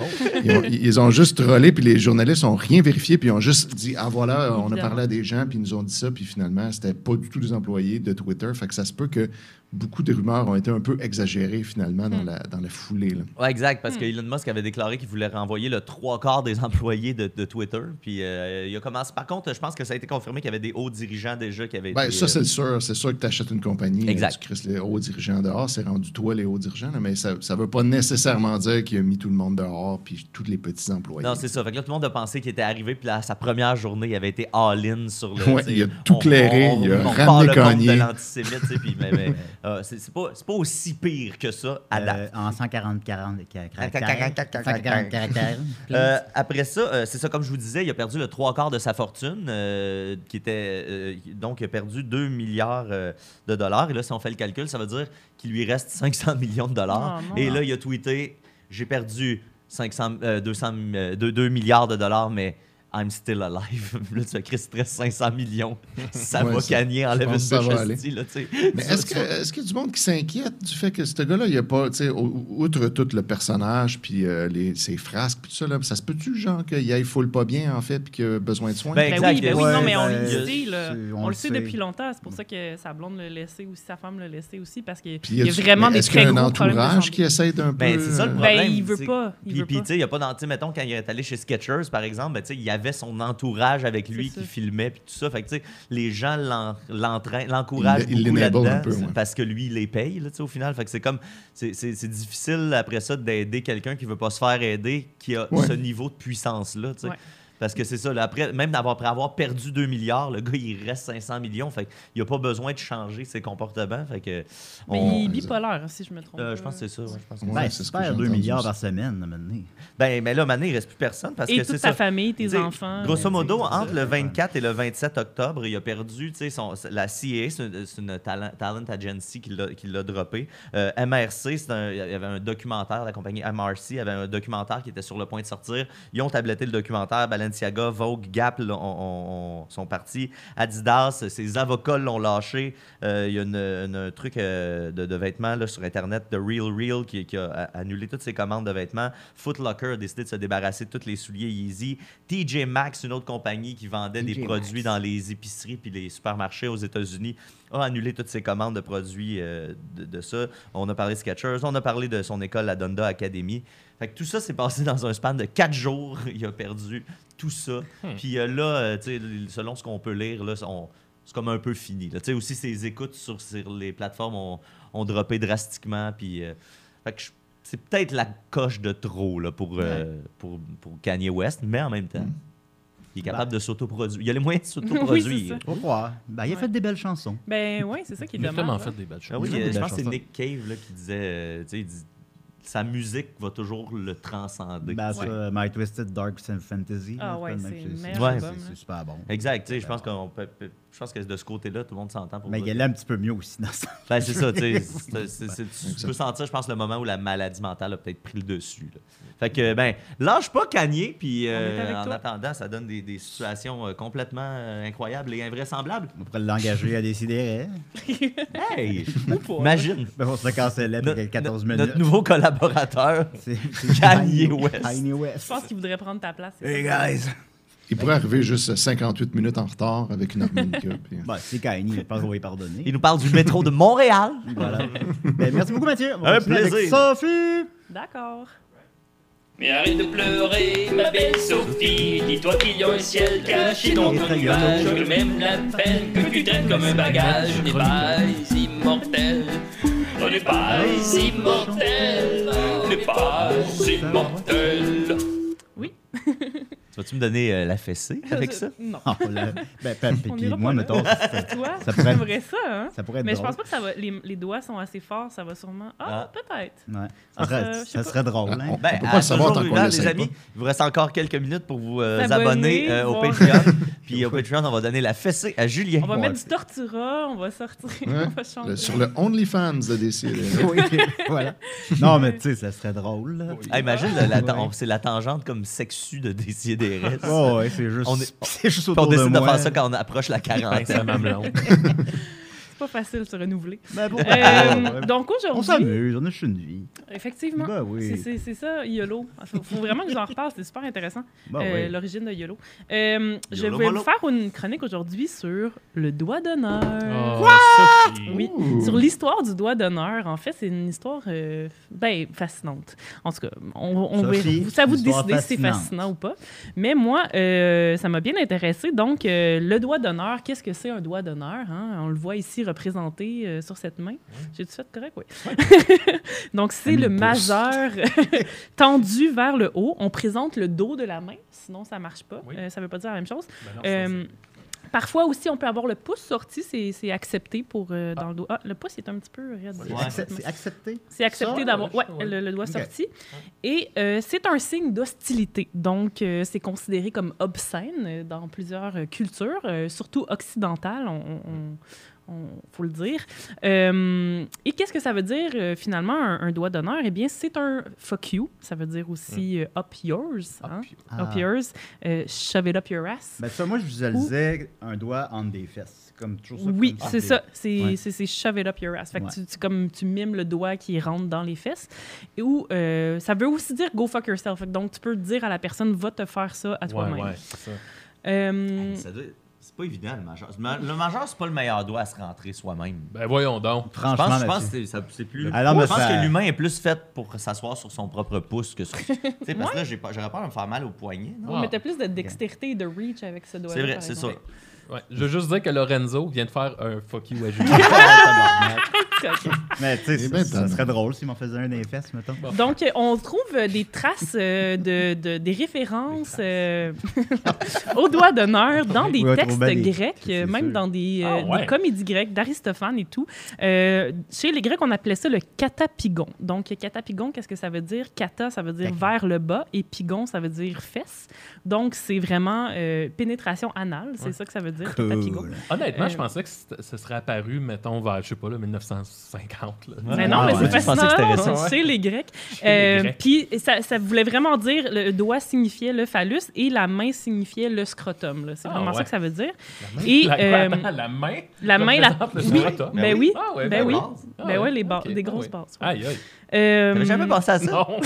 F: ils, ont, ils ont juste trollé puis les journalistes ont rien vérifié puis ils ont juste dit « Ah voilà, on a
D: Évidemment.
F: parlé à des gens puis ils nous ont dit ça. » Puis finalement, c'était pas du tout des employés de Twitter. Fait que ça se peut que beaucoup de rumeurs ont été un peu exagérées finalement
G: Hmm.
F: dans, la, dans la foulée. là.
G: Ouais, exact, parce que Elon Musk avait déclaré qu'il voulait renvoyer le trois quarts des employés de, de Twitter. Puis euh, il a commencé. Par contre, je pense que ça a été confirmé qu'il y avait des hauts dirigeants déjà qui avaient
F: Ben,
G: été,
F: ça,
G: euh,
F: c'est le sûr. C'est sûr que tu achètes une compagnie,
G: Exact.
F: euh, tu crises les hauts dirigeants dehors, c'est rendu toi les hauts dirigeants, là, mais ça ne veut pas nécessairement dire qu'il a mis tout le monde dehors puis tous les petits employés.
G: Non, c'est ça. Fait que là, tout le monde a pensé qu'il était arrivé, puis là, sa première journée, il avait été all-in sur le.
F: Ouais,
G: tu sais,
F: il a tout clairé, il a
G: repart
F: ramené
G: le compte de
F: Kanye.
G: l'antisémite, tu sais, puis mais, mais, euh, c'est c'est pas, c'est pas aussi pire que ça à date. Euh,
A: Euh, en 140 40
G: caractères.
A: caractères. 140 caractères. Ben,
G: Euh, après ça, euh, c'est ça, comme je vous disais, il a perdu le trois quarts de sa fortune, euh, qui était. euh, donc, il a perdu 2 milliards euh, de dollars. Et là, si on fait le calcul, ça veut dire qu'il lui reste 500 millions de dollars.
D: Oh, non.
G: et là, il a tweeté J'ai perdu 500, euh, 200, euh, 2, 2 milliards de dollars, mais. I'm still alive. là, tu fais Chris stress 500 millions. Ça
F: Ouais,
G: va
F: ça-
G: gagner,
F: je
G: enlève une
F: pense que ça va
G: bouche
F: aller.
G: hostie, là, tu sais.
F: Mais
G: Ça,
F: est-ce
G: tu
F: que- est-ce qu'il y a du monde qui s'inquiète du fait que ce gars-là, il a pas, tu sais, au- outre tout le personnage, puis euh, les, ses frasques, puis tout ça, là, ça se peut-tu, genre, qu'il aille full pas bien, en fait, puis qu'il a besoin de soins?
G: Ben,
D: Ben
G: Exact,
D: oui, ben oui,
G: ouais,
D: non, mais on
G: ben,
D: le sait, là.
A: c'est-
D: On, le sait depuis longtemps. C'est pour ça que sa blonde l'a laissé aussi, sa femme l'a laissé aussi, parce qu'il
F: Puis
D: y, a
F: du-
D: vraiment
F: mais
D: des
F: Est-ce qu'il y
D: très
F: a un
D: gros problèmes de
F: entourage
D: santé.
F: qui essaie d'un peu.
G: Ben, c'est ça le
F: euh,
G: problème.
D: Ben, il veut
G: t'sais.
D: pas, il
G: Puis-
D: veut
G: Puis,
D: pas.
G: tu sais, il a pas dans, tu sais, mettons, quand il est allé chez Skechers, par exemple, ben, tu sais, il y avait son entourage avec lui
D: C'est
G: qui
D: ça.
G: filmait, puis tout ça. Fait que, tu sais, les gens l'en- l'entraînent, l'encouragent
F: Il- il
G: beaucoup
F: l'enable un
G: là-dedans,
F: peu, ouais.
G: c'est parce que lui, il les paye, là, tu sais, au final. Fait que c'est comme, c'est- c'est c'est difficile, après ça, d'aider quelqu'un qui veut pas se faire aider, qui a
F: Ouais.
G: ce niveau de puissance-là, tu sais.
D: Ouais.
G: Parce que c'est ça, là, après, même d'avoir- après avoir perdu 2 milliards, le gars, il reste 500 millions. Fait qu'il a pas besoin de changer ses comportements. Fait que.
D: Mais
G: on-
D: il est bipolaire, si je me trompe.
G: Euh,
D: pas.
G: je pense que c'est ça. ouais, je pense que
F: Ouais,
A: Ben,
F: c'est
A: c'est
F: ce que j'ai
A: 2
F: entendu
A: milliards
F: aussi.
A: par semaine, à un moment donné.
G: Ben, mais là, maintenant, il reste plus personne parce que
D: Et
G: c'est
D: toute
G: ça.
D: ta famille,
G: Tu
D: tes
G: sais,
D: enfants.
G: Grosso
D: euh,
G: modo,
D: tu sais,
G: entre
D: tout
G: le 24 et le 27 octobre, il a perdu tu sais, son, la CIA, c'est une, c'est une talent, talent agency qui l'a- qui l'a droppé. Euh, MRC, c'est un- il y avait un documentaire, la compagnie MRC avait un documentaire qui était sur le point de sortir. Ils ont tabletté le documentaire. Balenciaga, Vogue, Gap là, ont- ont- ont- sont partis. Adidas, ses avocats l'ont lâché. Euh, il y a une- une- un truc euh, de, de vêtements là, sur Internet, de Real Real, qui, qui a a- annulé toutes ses commandes de vêtements. Foot Locker a décidé de se débarrasser de tous les souliers Yeezy. TJ Maxx, une autre compagnie qui vendait des produits dans les épiceries puis les supermarchés aux États-Unis, a annulé toutes ses commandes de produits euh, de, de ça. On a parlé de Skechers, on a parlé de son école, la Donda Academy. Fait que tout ça s'est passé dans un span de quatre jours. Il a perdu tout ça.
D: Hmm.
G: Puis euh, là, euh, tu sais, selon ce qu'on peut lire, là, on- c'est comme un peu fini. là. Tu sais, aussi, ses écoutes sur, sur les plateformes ont, ont droppé drastiquement. Puis, euh, fait que je c'est peut-être la coche de trop là, pour, euh, pour, pour Kanye West, mais en même temps, il est capable de s'autoproduire. Il a les moyens de
D: Bah. Oui, c'est
G: s'autoproduire.
D: ça.
A: Faut croire. Ben, il a
D: Ouais.
A: fait des belles chansons.
D: Ben oui, c'est ça qui est
E: Il a tellement
D: dommage.
E: fait
D: là.
E: des belles choses.
G: Ah oui,
A: Oui,
G: euh,
A: oui,
G: je pense
A: la
G: que c'est
A: chanson.
G: Nick Cave là, qui disait, euh, tu sais, il dit, sa musique va toujours le transcender.
A: Ben,
G: Ouais.
A: ça, My Twisted Dark Fantasy.
D: Ah
A: là,
D: ouais,
A: même
D: c'est
A: que
D: le
A: c'est-
D: meilleur
A: c'est-
D: album,
A: c'est-
D: là.
A: C'est super bon.
G: Exact, tu sais, je pense qu'on peut- peut- je pense que de ce côté-là, tout le monde s'entend pour
A: Mais
G: dire-
A: Ben, il est un petit peu mieux aussi dans ça.
G: Ben, c'est ça, tu sais, c'est- c'est- c'est- tu- tu peux sentir, je pense, le moment où la maladie mentale a peut-être pris le dessus. là. Fait que, ben, lâche pas Kanye, puis euh,
D: est avec
G: en
D: toi.
G: attendant, ça donne des, des situations euh, complètement euh, incroyables et invraisemblables.
A: On pourrait l'engager à décider. hein.
G: Hey!
D: Ou pas, là.
G: Imagine!
A: Ben, on se le cancellait
G: no-
A: après 14
G: no-
A: minutes.
G: Notre nouveau collaborateur.
A: C'est
G: Kanye West.
A: Kanye West.
D: Je pense qu'il voudrait prendre ta place. c'est
A: Hey
D: ça.
A: guys!
F: Il pourrait arriver juste 58 minutes en retard avec une harmonica. puis-
A: Bon, c'est Kanye, je pense qu'on va y pardonner.
G: Il nous parle du métro de Montréal.
A: Voilà. Ben, merci beaucoup, Mathieu. On va
G: Un
A: continuer avec
G: plaisir.
A: Sophie!
D: D'accord.
I: Mais arrête de pleurer, ma belle Sophie. Dis-toi qu'il y a un ciel caché dans ton
A: Effrayant.
I: nuage. Que même la peine que tu traînes comme un bagage n'est pas immortel. On n'est pas immortel. On n'est pas immortel.
D: Oui.
G: Tu vas-tu me donner euh, la fessée avec ça?
D: Non.
A: Oh, là. Ben, Pep
D: On
A: et
D: ira
A: moi,
D: pas là.
A: mettons, ça,
D: Toi,
A: Ça pourrait-
D: j'aimerais ça, hein?
A: ça pourrait être
D: Mais je
A: drôle.
D: pense pas que ça va. Les, les doigts sont assez forts, ça va sûrement. Ah, peut-être.
A: Ouais. Ça
D: Ah,
A: serait,
D: ça, je sais
A: ça
D: pas.
A: serait drôle,
F: Ah,
A: hein?
F: on-
G: Ben,
F: peut pas
G: à
F: le savoir
G: ce
F: tant
G: jour
F: qu'on
G: là,
F: l'essaie
G: les
F: pas.
G: amis, il vous reste encore quelques minutes pour vous euh,
D: S'abonner,
G: abonner euh, au
D: voir.
G: Patreon. Puis au Patreon, on va donner la fessée à Julien.
D: On va
G: Ouais.
D: mettre du tortura, on va sortir,
F: Ouais.
D: on va changer.
F: Le- sur le OnlyFans de Décidé.
A: oui, voilà. Non, mais tu sais, ça serait drôle, là.
G: Ah, imagine, la- la-
A: Ouais.
G: on- c'est la tangente comme sexu de Décider
A: Oh, ouais, c'est juste,
G: On est-
A: c'est juste
G: on
A: autour de
G: décide de,
A: moi.
G: faire ça quand on approche la quarantaine.
E: C'est la mamelon.
D: C'est pas facile de se renouveler.
A: Ben, bon,
D: Euh,
A: ouais.
D: donc
A: on
D: aujourd'hui,
A: s'amuse, on a juste une vie.
D: effectivement,
A: Ben oui.
D: c'est- c'est c'est ça, YOLO. Faut, faut vraiment que j'en reparle, c'est super intéressant,
A: Ben,
D: euh,
A: ouais.
D: l'origine de YOLO. Euh, je
G: YOLO
D: vais
G: molo.
D: vous faire une chronique aujourd'hui sur le doigt
A: Ah.
D: d'honneur.
E: Quoi?
D: Oui, sur l'histoire du doigt d'honneur, en fait, c'est une histoire euh, ben, fascinante. En tout cas, on, on
A: Sophie,
D: verra. ça vous
A: une histoire
D: décidez si c'est
A: fascinante.
D: fascinant ou pas. Mais moi, euh, ça m'a bien intéressé. Donc, euh, le doigt d'honneur, qu'est-ce que c'est un doigt d'honneur? hein? On le voit ici représenté euh, sur cette main. J'ai-tu fait correct? Oui. Donc, c'est le majeur tendu vers le haut. On présente le dos de la main, sinon ça marche pas.
E: Oui.
D: Euh, ça veut pas dire la même chose.
E: Ben
D: Euh, Parfois aussi, on peut avoir le pouce sorti, c'est c'est accepté pour euh, dans le doigt. Ah, le pouce est un petit peu raide.
A: C'est accep- c'est accepté.
D: C'est accepté
A: Ça,
D: d'avoir
E: ouais,
D: ouais,
E: ouais.
D: le, le doigt
A: Ok.
D: sorti. Et euh, c'est un signe d'hostilité. Donc, euh, c'est considéré comme obscène euh, dans plusieurs euh, cultures, euh, surtout occidentales, on, on- on- faut le dire. Euh, et qu'est-ce que ça veut dire, euh, finalement, un, un doigt d'honneur? Eh bien, c'est un « fuck you ». Ça veut dire aussi euh, up yours hein?
A: Mm. Ah.
D: Up yours euh, shove it up your ass
A: Ben, ça, moi, je visualisais un doigt entre des fesses. C'est Comme toujours ça.
D: Oui,
A: comme
D: c'est
A: des-
D: ça. C'est
A: Ouais.
D: c'est- c'est shove it up your ass. Fait que
A: Ouais.
D: tu, tu- comme, tu mimes le doigt qui rentre dans les fesses. Et ou euh, ça veut aussi dire go fuck yourself. Fait que donc, tu peux dire à la personne va te faire ça à
E: Ouais,
D: toi-même.
E: ouais, c'est ça.
D: Euh,
G: Ça doit- C'est pas évident, le majeur. Le majeur, c'est pas le meilleur doigt à se rentrer soi-même.
E: Ben voyons donc.
G: Je pense,
A: Franchement,
G: je pense que
A: Mathieu.
G: c'est- ça- c'est plus.
A: Ah non, mais
G: je pense
A: ça-
G: que l'humain est plus fait pour s'asseoir sur son propre pouce que sur. Tu sais, parce que là, j'ai pas- j'aurais peur de me faire mal au poignet. non?
D: On mettait plus de dextérité et de reach avec ce doigt-là.
G: C'est vrai,
D: par
G: c'est ça.
D: exemple.
E: Ouais. Je veux juste dire que Lorenzo vient de faire un fuck you à Julien.
D: Ok.
A: Mais tu sais,
F: Eh
A: ça,
F: ben,
A: ça serait drôle s'il m'en faisait un des fesses, mettons.
D: Donc, euh, on trouve euh, des traces euh, de, de- des références euh, au doigt d'honneur dans des
A: Oui, on trouve
D: textes
A: bien des-
D: grecs, euh,
A: c'est
D: même
A: sûr.
D: dans des, euh,
E: Ah ouais.
D: des comédies grecques d'Aristophane et tout. Euh, chez les Grecs, on appelait ça le catapigon. Donc, catapigon, qu'est-ce que ça veut dire? Kata, ça veut dire
A: D'accord.
D: vers le bas et pigon, ça veut dire fesse. Donc, c'est vraiment euh, pénétration anale, c'est
E: Ouais.
D: ça que ça veut dire, catapigon.
A: Cool.
E: Honnêtement,
D: Euh,
E: je pensais que c- ce serait apparu, mettons, vers, je sais pas, là, 1950. Là.
D: Mais non,
A: Ah
D: mais
A: ouais.
D: c'est
G: Je pensais que c'était
D: fascinant.
G: récent.
D: hein, Chez les Grecs.
E: les
D: Euh,
E: Grecs.
D: Puis ça, ça voulait vraiment dire le doigt signifiait le phallus et la main signifiait le scrotum. là. C'est
E: Ah,
D: vraiment
E: ouais.
D: ça que ça veut dire.
E: main-
D: Et,
E: la, quoi,
D: euh,
E: attends, la main.
D: la main, la-
E: représente le
D: oui,
E: scrotum.
D: ben oui,
E: Ah ouais,
D: ben oui.
G: base.
E: Ah
D: ben ouais, les barres,
E: ok,
D: des
E: ah
D: grosses Euh,
E: ouais.
D: barres. ouais.
E: Aïe, aïe.
D: Euh,
G: J'avais jamais pensé à ça.
E: Non.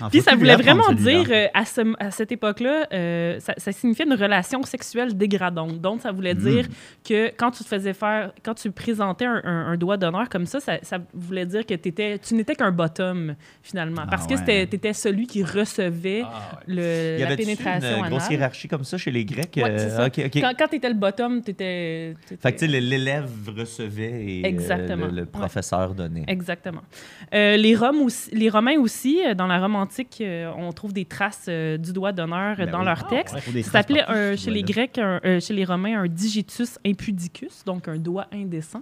A: En
D: Puis ça voulait
A: populaire, prendre
D: vraiment
A: celui-là.
D: dire, euh, à, ce- à cette époque-là, euh, ça, ça signifiait une relation sexuelle dégradante. Donc, ça voulait
A: Mm.
D: dire que quand tu te faisais faire, quand tu présentais un, un- un doigt d'honneur comme ça, ça, ça voulait dire que t'étais- tu n'étais qu'un bottom, finalement.
A: Ah
D: parce
A: ouais.
D: que c'était- t'étais celui qui recevait
B: Ah, ouais.
D: le,
G: Il y
D: la
G: avait
D: pénétration
G: une euh, grosse
D: anale.
G: hiérarchie comme ça chez les Grecs.
D: Ouais,
G: euh,
D: c'est ça.
G: ok, ok.
D: Quand, quand t'étais le bottom, t'étais... t'étais-
G: Fait que tu sais, l'élève recevait et euh,
D: Exactement.
G: le, le
D: Ouais.
G: professeur donnait.
D: Exactement. Euh, les, Roms aussi- les Romains aussi, euh, dans la Rome antique, euh, on trouve des traces euh, du doigt d'honneur euh,
A: Ben
D: dans
A: oui.
D: leurs textes.
A: On trouve des
D: Ça
A: traces
D: s'appelait
A: partout,
D: un-
A: ce
D: chez les
A: doigt-là.
D: Grecs, un- euh, chez les Romains, un digitus impudicus, donc un doigt indécent.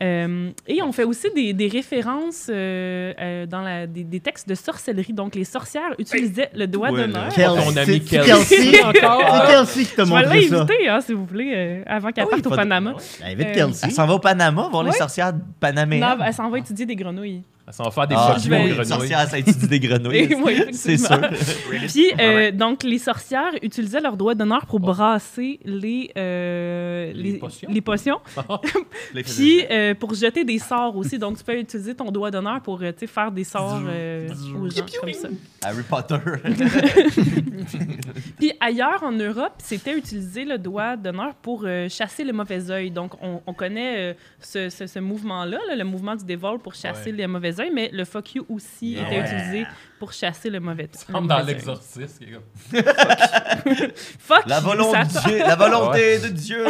D: Euh, et on fait aussi des, des références euh, euh, dans la- des, des textes de sorcellerie. Donc les sorcières utilisaient le doigt
G: Ouais,
D: d'honneur. euh,
A: Quel-
E: Ton ami
A: c'est- c'est
E: Kelsey.
A: Kelsey.
E: Encore.
A: C'est Kelsey qui t'a
D: Je vais
A: montré ça.
D: l'inviter, hein, si vous voulez, euh, avant qu'elle
G: Ah oui,
D: parte au
G: pas de-
D: Panama.
A: Ben, vite,
D: Euh,
A: Kelsey.
G: Elle s'en Ah, va au Panama voir les
D: Oui.
G: sorcières
D: Non,
G: panaméennes.
D: elle s'en va étudier des grenouilles.
E: Ça va faire des
G: Ah,
E: sorties
D: je vais-
E: aux
G: les
E: grenouilles.
G: sorcières, ça étudie des grenouilles.
D: Et oui,
G: c'est sûr.
D: effectivement. Puis, euh, donc, les sorcières utilisaient leurs doigts d'honneur pour brasser les, euh,
E: Les potions.
D: les potions. Puis, euh, pour jeter des sorts aussi. Donc, tu peux utiliser ton doigt d'honneur pour euh, tu sais, faire des sorts euh, aux gens, comme ça.
G: Harry Potter.
D: Puis, ailleurs en Europe, c'était utiliser le doigt d'honneur pour euh, chasser le mauvais œil. Donc, on, on connaît euh, ce, ce- ce mouvement-là, là, le mouvement du dévol pour chasser le mauvais œil, mais le fuck you aussi
E: Ah
D: était
A: Yeah.
D: utilisé pour chasser le mauvais le
E: Comme
D: mauvais
E: dans
D: œil.
E: l'exorciste. qui est comme-
D: Fuck
G: La
D: you,
G: volonté,
D: ça-
G: de Dieu- la volonté de Dieu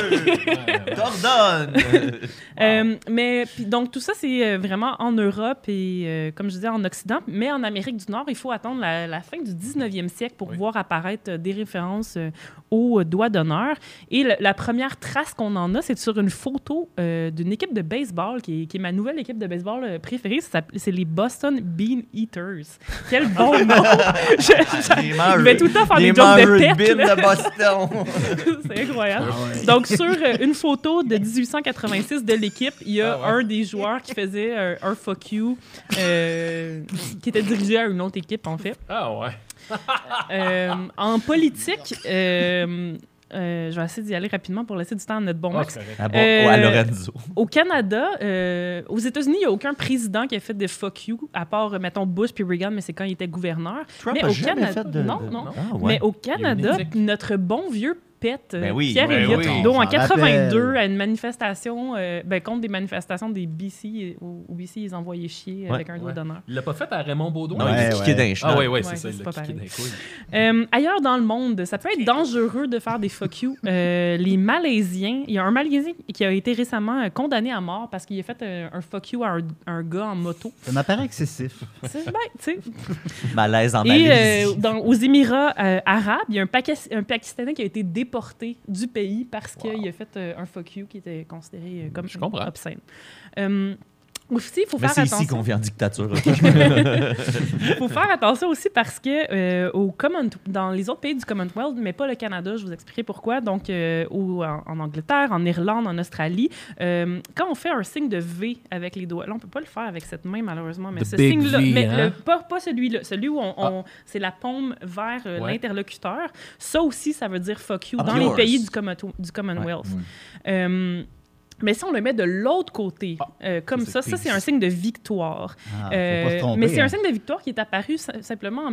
G: t'ordonne.
D: Euh, mais puis, donc tout ça c'est euh, vraiment en Europe et euh, comme je disais en Occident, mais en Amérique du Nord, il faut attendre la, la fin du 19e siècle pour
E: Oui.
D: voir apparaître euh, des références euh, aux euh, doigts d'honneur. Et le- la première trace qu'on en a, c'est sur une photo euh, d'une équipe de baseball qui est, qui est ma nouvelle équipe de baseball euh, préférée. Ça s'appelle- C'est les Boston Bean Eaters. Quel bon nom! Je- je-
G: Les
D: je vais
G: mangeurs-
D: tout le temps faire
G: les
D: des jobs de
G: mangeurs
D: tête.
G: bines
D: là. Euh,
G: de Boston.
D: C'est incroyable.
E: Ah
D: Donc, sur euh, une photo de 1886 de l'équipe, il y a
E: Ah ouais.
D: un des joueurs qui faisait euh, un fuck you, euh, qui était dirigé à une autre équipe, en fait.
E: Ah ouais.
D: Euh, en politique, euh, euh, je vais essayer d'y aller rapidement pour laisser du temps à notre bon
E: Ah,
D: Max.
E: c'est correct.
G: Ah bon, oh, à
D: Euh,
G: Lorenzo.
D: Au Canada, euh, aux États-Unis, il n'y a aucun président qui a fait de fuck you, à part, euh, mettons, Bush puis Reagan, mais c'est quand il était gouverneur.
G: Trump
D: mais
G: a
D: au
G: jamais
D: Canada-
G: fait de-
D: non,
G: de-
D: non.
G: Ah ouais.
D: Mais au
E: Il y a
D: Canada,
E: une éthique.
D: notre bon vieux pète,
G: Ben oui, ben
D: Pierre-Éliott
E: oui.
D: Trudeau,
A: On
D: en
A: s'en
D: 82,
A: rappelle.
D: à une manifestation, euh, ben, contre des manifestations des BC, euh, où, où BC, ils envoyaient chier
G: Ouais.
D: avec un doigt
E: Ouais.
D: d'honneur.
E: Il l'a pas fait à Raymond Baudouin.
G: Non, il est
A: Ouais,
G: kické
A: ouais.
G: d'un
E: Ah
G: chenal.
E: ouais, ouais,
D: Ouais,
E: c'est ça,
D: c'est
E: il l'a
D: pas
E: kické d'un
D: pareil.
E: couille.
D: Euh, ailleurs dans le monde, ça peut être dangereux de faire des fuck you. Euh, les Malaisiens, il y a un Malaisien qui a été récemment euh, condamné à mort parce qu'il a fait euh, un fuck you à un, un gars en moto.
A: Ça m'apparaît excessif. Ah,
D: C'est bête, tu sais.
G: Malaise en
D: Et
G: Malaisie.
D: euh, dans- aux Émirats euh, arabes, il y a un, Paquis- un Pakistanais qui a été déporté du pays parce qu'il a fait euh, un fuck you qui était considéré euh, comme
E: Je comprends.
D: obscène. Euh, aussi, il faut
G: Mais
D: faire
G: c'est
D: attention.
G: ici qu'on vient en dictature. ok?
D: faut faire attention aussi parce que euh, au Common- dans les autres pays du Commonwealth, mais pas le Canada, je vous expliquerai pourquoi. Donc, euh, au- en, en Angleterre, en Irlande, en Australie, euh, quand on fait un signe de V avec les doigts, là, on peut pas le faire avec cette main malheureusement, mais
E: The
D: ce
E: big
D: signe-là,
E: V,
D: mais
E: hein? Ah.
D: le- pas, pas celui-là, celui où on, on- c'est la paume vers euh,
E: Ouais.
D: l'interlocuteur. Ça aussi, ça veut dire fuck you
G: Up
D: dans
G: yours.
D: les pays du, Commo- du Commonwealth. Euh, mais si on le met de l'autre côté,
E: Ah,
D: euh, comme ça,
G: ça, c'est
D: ça, c'est un signe de victoire.
A: Ah, faut
D: Euh,
A: pas se tromper.
D: mais c'est un
A: hein.
D: signe de victoire qui est apparu si- simplement en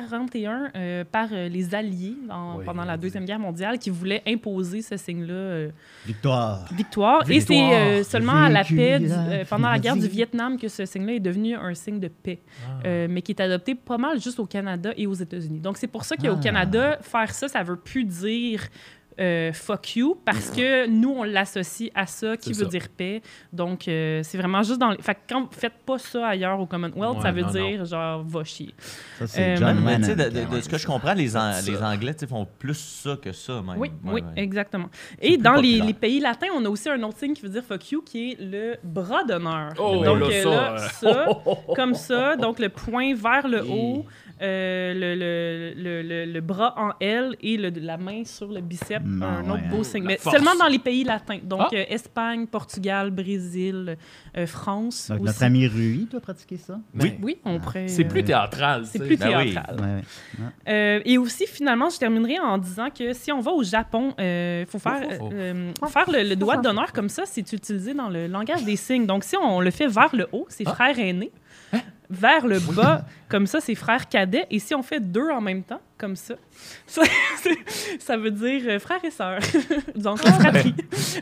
D: 1941 euh, par euh, les Alliés en-
E: Oui,
D: pendant la
E: oui.
D: Deuxième Guerre mondiale qui voulaient imposer ce signe-là, euh,
A: Victoire.
D: victoire. Et c'est
E: Victoire.
D: euh, seulement à la
A: Vécu,
D: paix, du-
A: la
D: euh, pendant la guerre du
A: vie.
D: Vietnam, que ce signe-là est devenu un signe de paix, euh, mais qui est adopté pas mal juste au Canada et aux États-Unis. Donc c'est pour ça qu'au
A: Ah.
D: Canada, faire ça, ça veut plus dire. euh, fuck you, parce que nous, on l'associe à ça, qui
E: C'est
D: veut
E: ça.
D: dire paix. Donc, euh, c'est vraiment juste dans... Les... Fait que quand vous faites pas ça ailleurs au Commonwealth,
E: Ouais,
D: ça veut
E: non,
D: dire, genre, va chier.
A: Ça, c'est
D: euh,
A: John
G: Mais tu
A: Lennon.
G: sais, de, de- de ce que je comprends, les, An-
E: Ça.
G: les Anglais tu sais, font plus ça que ça. Même.
D: Oui,
G: Ouais,
D: oui,
G: ouais.
D: exactement.
G: C'est
D: Et
G: plus
D: dans les,
G: populaire.
D: les pays latins, on a aussi un autre signe qui veut dire fuck you, qui est le bras d'honneur.
E: Oh,
D: donc
E: là,
D: euh,
E: ça,
D: là,
E: euh,
D: ça, comme ça, donc le point vers le haut, euh, le, le- le- le- le bras en L et le- la main sur le bicep,
A: Mm,
D: un
A: ouais,
D: autre
A: hein.
D: beau signe.
E: La
D: Mais
E: force.
D: seulement dans les pays latins, donc
E: Ah.
D: euh, Espagne, Portugal, Brésil, euh, France.
A: Donc,
D: aussi.
A: notre ami Rui doit pratiquer ça.
E: Oui.
D: Oui, on pourrait.
E: C'est
D: euh,
E: plus théâtral. tu
D: c'est
E: sais.
D: plus
G: Ben oui.
D: théâtral.
A: Ouais, ouais.
D: Euh, et aussi, finalement, je terminerai en disant que si on va au Japon, il faut faire,
E: Oh, oh, oh.
D: euh, euh, faire le, le doigt d'honneur
E: Ah. Hein?
D: comme ça, c'est utilisé dans le langage des signes. Donc, si on le fait vers le haut, c'est frère aîné. vers le bas, comme ça, c'est frère cadet. Et si on fait deux en même temps, comme ça, ça, ça veut dire euh, frère et sœur. Donc,
E: Ah.
D: la fratrie.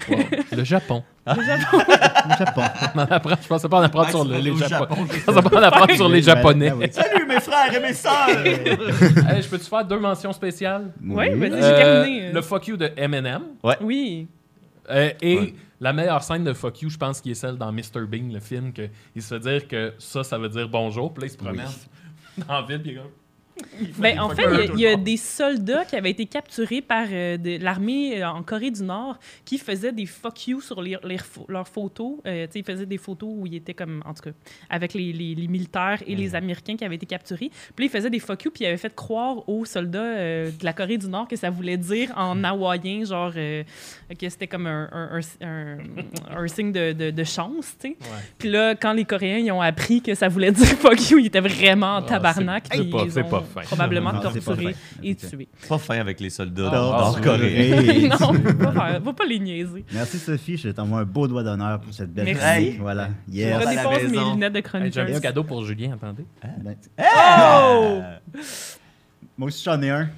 E: Ben. Le Japon.
D: Ah.
E: Ah,
A: Au Japon.
E: On en apprend, je pensais pas en apprendre sur le,
G: Max,
E: les
G: au
E: Japonais.
G: Japon,
E: Je pensais pas en
G: Ah,
E: apprendre sur les
A: Ben,
E: Japonais.
D: Ah
A: ben oui.
G: Salut mes frères et mes sœurs!
E: Hey, je peux-tu faire deux mentions spéciales?
D: Oui, vas-y, j'ai
E: Euh,
D: terminé. euh.
E: le fuck you de Eminem.
D: Oui.
E: Euh, et
G: Ouais.
E: la meilleure scène de fuck you, je pense, qui est celle dans Mr. Bean, le film, que il se fait dire que ça, ça veut dire bonjour, puis là, il se promène dans la ville, puis il est comme- il fait
D: Ben,
E: des
D: en fait,
E: fuckers
D: il y a-
E: tout
D: il
E: le
D: y, a
E: temps.
D: des soldats qui avaient été capturés par euh, de- l'armée euh, en Corée du Nord qui faisaient des fuck you sur les- les- leurs photos. Euh, tu sais, ils faisaient des photos où ils étaient comme, en tout cas, avec les, les- les militaires
E: Mm.
D: et les Américains qui avaient été capturés. Puis là, ils faisaient des fuck you, puis ils avaient fait croire aux soldats euh, de la Corée du Nord que ça voulait dire en hawaïen, genre, euh, que c'était comme un, un- un- un- un signe de, de- de chance, tu sais. Puis là, quand les Coréens ils ont appris que ça voulait dire fuck you, ils étaient vraiment en
E: Ah,
D: tabarnak.
E: c'est- c'est
D: puis
E: pas-
D: ils
E: c'est
D: ont
E: pas fin.
D: Probablement
A: Non, c'est pas
D: torturés
A: fin.
D: et
A: C'est-
D: tués.
G: Pas fin avec les
D: Ah,
G: soldats
A: Nord-
G: nord-coréens.
A: Nord-Coréen.
D: non, va faire- va pas les niaiser.
A: Merci Sophie, je t'envoie un beau doigt d'honneur pour cette belle
D: Merci.
A: chronique. Voilà. Yes.
G: Prenez-
D: Redépose mes
G: maison.
D: lunettes de
E: Hey, J'ai un
D: chroniqueur.
E: petit cadeau pour Julien, attendez.
A: Ben,
G: Euh,
D: Oh!
A: Moi aussi j'en ai un.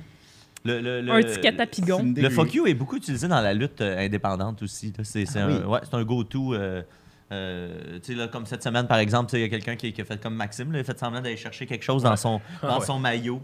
G: Le, le- le-
D: Un petit
A: C'est une
D: catapigon. Hmm.
A: dé-
G: Le fuck you est beaucoup utilisé dans la lutte euh, indépendante aussi. là. C'est c'est
A: Ah
G: un,
A: oui.
G: ouais, c'est un go-to. euh, euh, tu sais, là, comme cette semaine, par exemple, tu sais, il y a quelqu'un qui, qui a fait comme Maxime, là, il a fait semblant d'aller chercher quelque chose dans son, dans
E: ouais.
G: son maillot.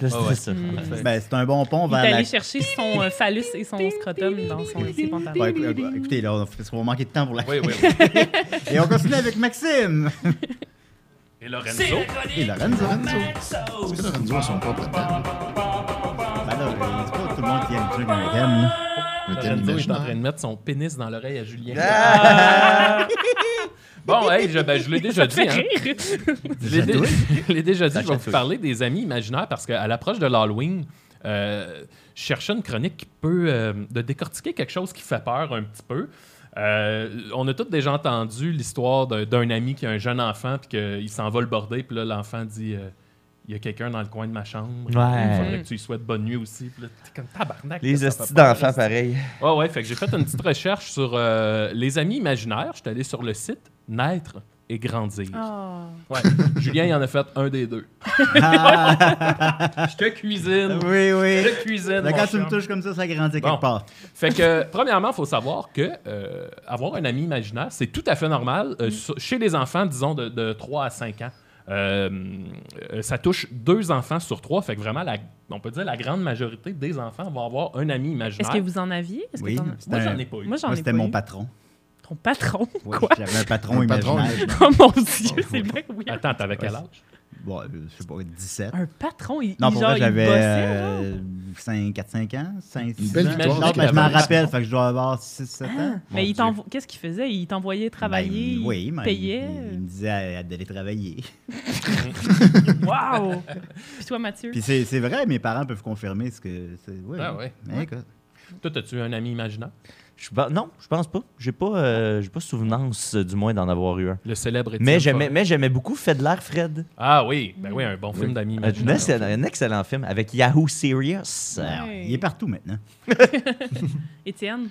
G: Là,
E: Ah ouais.
G: c'est ça.
D: Mm.
A: Ben, c'est un bon pont
D: Il est
A: vers la
D: allé chercher son euh, phallus et son scrotum dans son ses pantalons.
A: Ouais, écou- écou- écoutez, là, on va- parce qu'on va manquer de temps pour la.
E: Oui, oui, oui.
A: Et on continue avec Maxime
E: Et Lorenzo.
I: C'est la
A: et
I: chronique
A: Lorenzo.
I: Mad Sauce.
F: Est-ce que Lorenzo a son propre thème?
A: Ben là, euh, c'est pas tout le monde qui aime le truc qu'on aime. là.
F: Un thème
E: Lorenzo est en train de
F: imaginaire?
E: mettre son pénis dans l'oreille à Julien. Ah! bon, hey, je, ben, je l'ai déjà dit.
D: Fait
E: hein.
D: rire.
E: Je l'ai dé- je l'ai déjà dit,
G: Ça
E: je vais vous
G: chatouille.
E: parler des amis imaginaires parce qu'à l'approche de l'Halloween, euh, je cherchais une chronique qui peut euh, de décortiquer quelque chose qui fait peur un petit peu. Euh, on a tous déjà entendu l'histoire de- d'un ami qui a un jeune enfant puis qu'il s'en va le border puis là l'enfant dit euh, il y a quelqu'un dans le coin de ma chambre. Il faudrait que tu lui souhaites bonne nuit aussi. Puis là, t'es comme tabarnak.
G: Les
E: là, ça
G: hosties
E: fait peur.
G: d'enfants, pareil.
E: Ouais, ouais, fait que j'ai fait une petite recherche sur euh, les amis imaginaires. J'étais allé sur le site Naître et Grandir.
D: Ah.
E: Ouais. Julien, il en a fait un des deux.
D: Ah!
E: je te cuisine.
A: Oui,
E: Je
A: oui.
E: te cuisine.
A: Là,
E: mon
A: quand tu me
E: chum.
A: touches comme ça, ça grandit
E: Bon.
A: quelque part.
E: Fait que, premièrement, il faut savoir que euh, avoir un ami imaginaire, c'est tout à fait normal
D: Mm.
E: euh, sur- chez les enfants, disons, de, de 3 à 5 ans. Euh, euh, ça touche deux enfants sur trois. Fait que vraiment, la- on peut dire la grande majorité des enfants vont avoir un ami imaginaire.
D: Est-ce que vous en aviez? Est-ce que
A: Oui,
D: t'en as-
A: c'était
E: Moi, j'en
A: un-
E: ai pas eu.
D: Moi, j'en
A: Moi,
D: ai
A: c'était
D: pas
A: mon
D: eu.
A: patron.
D: Ton patron?
A: Oui,
D: Quoi?
A: J'avais un patron
F: Un patron.
A: imaginaire.
D: Oh mon Dieu, c'est bien weird.
E: Attends, t'avais quel
A: Ouais,
E: âge?
A: Bon, euh, je sais pas, 17.
D: Un patron, il,
A: Non, pour
D: il- genre,
A: vrai,
D: il
A: j'avais euh,
D: bossait, genre?
A: 5, 4, 5 ans. 5, 6
F: belle
A: ans.
F: victoire,
A: Non,
F: ce
A: mais je
F: qu'il
A: m'en
F: avait.
A: rappelle, fait que je dois avoir 6, 7 ans.
D: Ah. Mais
G: Mon
D: il
G: Dieu.
D: t'envo- qu'est-ce qu'il faisait? Il t'envoyait travailler,
A: Ben, oui, mais
D: il
A: il-
D: payait. euh.
A: Il, me disait à- à- d'aller travailler.
D: Wow! Puis toi, Mathieu?
A: Puis c'est c'est vrai, mes parents peuvent confirmer ce que. c'est- Oui,
E: Ah
A: oui.
E: ouais.
A: Mais écoute,
E: Toi, as-tu un ami imaginaire?
G: Je suis pas- non, je pense pas. J'ai pas, euh, j'ai pas souvenance, euh, du moins, d'en avoir eu un.
E: Le célèbre Étienne
G: Mais j'aimais,
E: Forêt.
G: mais j'aimais beaucoup Fait de l'air, Fred.
E: Ah oui, ben oui, un bon film d'amis
G: Un,
E: imaginaires.
G: excellent- un excellent film avec Yahoo Serious.
A: alors,
D: Ouais.
A: il est partout maintenant.
D: Étienne?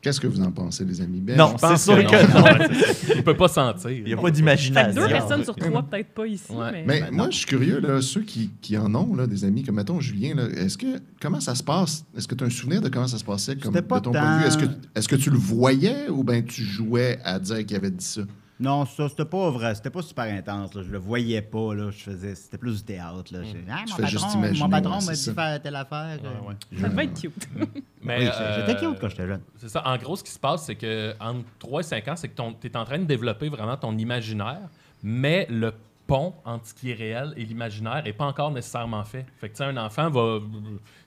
F: Qu'est-ce que vous en pensez, les amis? Ben,
G: Non,
E: Je pense
G: c'est sûr
E: non.
G: que non.
E: Ouais, c'est ça. Il peut pas sentir.
G: Il n'y a pas
D: Fait que
G: d'imagination.
D: deux personnes sur trois, peut-être pas ici,
E: Ouais.
D: mais...
F: Mais moi, je suis curieux, là, ceux qui, qui en ont, là, des amis, comme mettons Julien, là, est-ce que comment ça se passe? Est-ce que tu as un souvenir de comment ça se passait comme,
A: C'était pas
F: de ton point de
A: tant-
F: vue? Est-ce que, est-ce que tu le voyais ou bien tu jouais à dire qu'il avait dit
E: Euh,
F: ça?
A: Non, ça, c'était pas vrai. C'était pas super intense. là. Je le voyais pas. Là. Je faisais, c'était plus du théâtre. Là. J'ai- Ah,
F: Tu
A: mon,
F: fais juste
A: patron,
F: imaginer,
A: mon patron
F: ouais,
A: m'a
F: c'est
A: dit
F: ça.
A: faire telle affaire.
E: Mm. ouais.
D: Ça va être cute.
E: Mais,
A: Oui,
E: euh,
A: j'étais cute quand j'étais jeune.
E: C'est ça. En gros, ce qui se passe, c'est que entre 3 et 5 ans, c'est que tu es en train de développer vraiment ton imaginaire, mais le pont entre ce qui est réel et l'imaginaire n'est pas encore nécessairement fait. Fait que tu sais, un enfant va.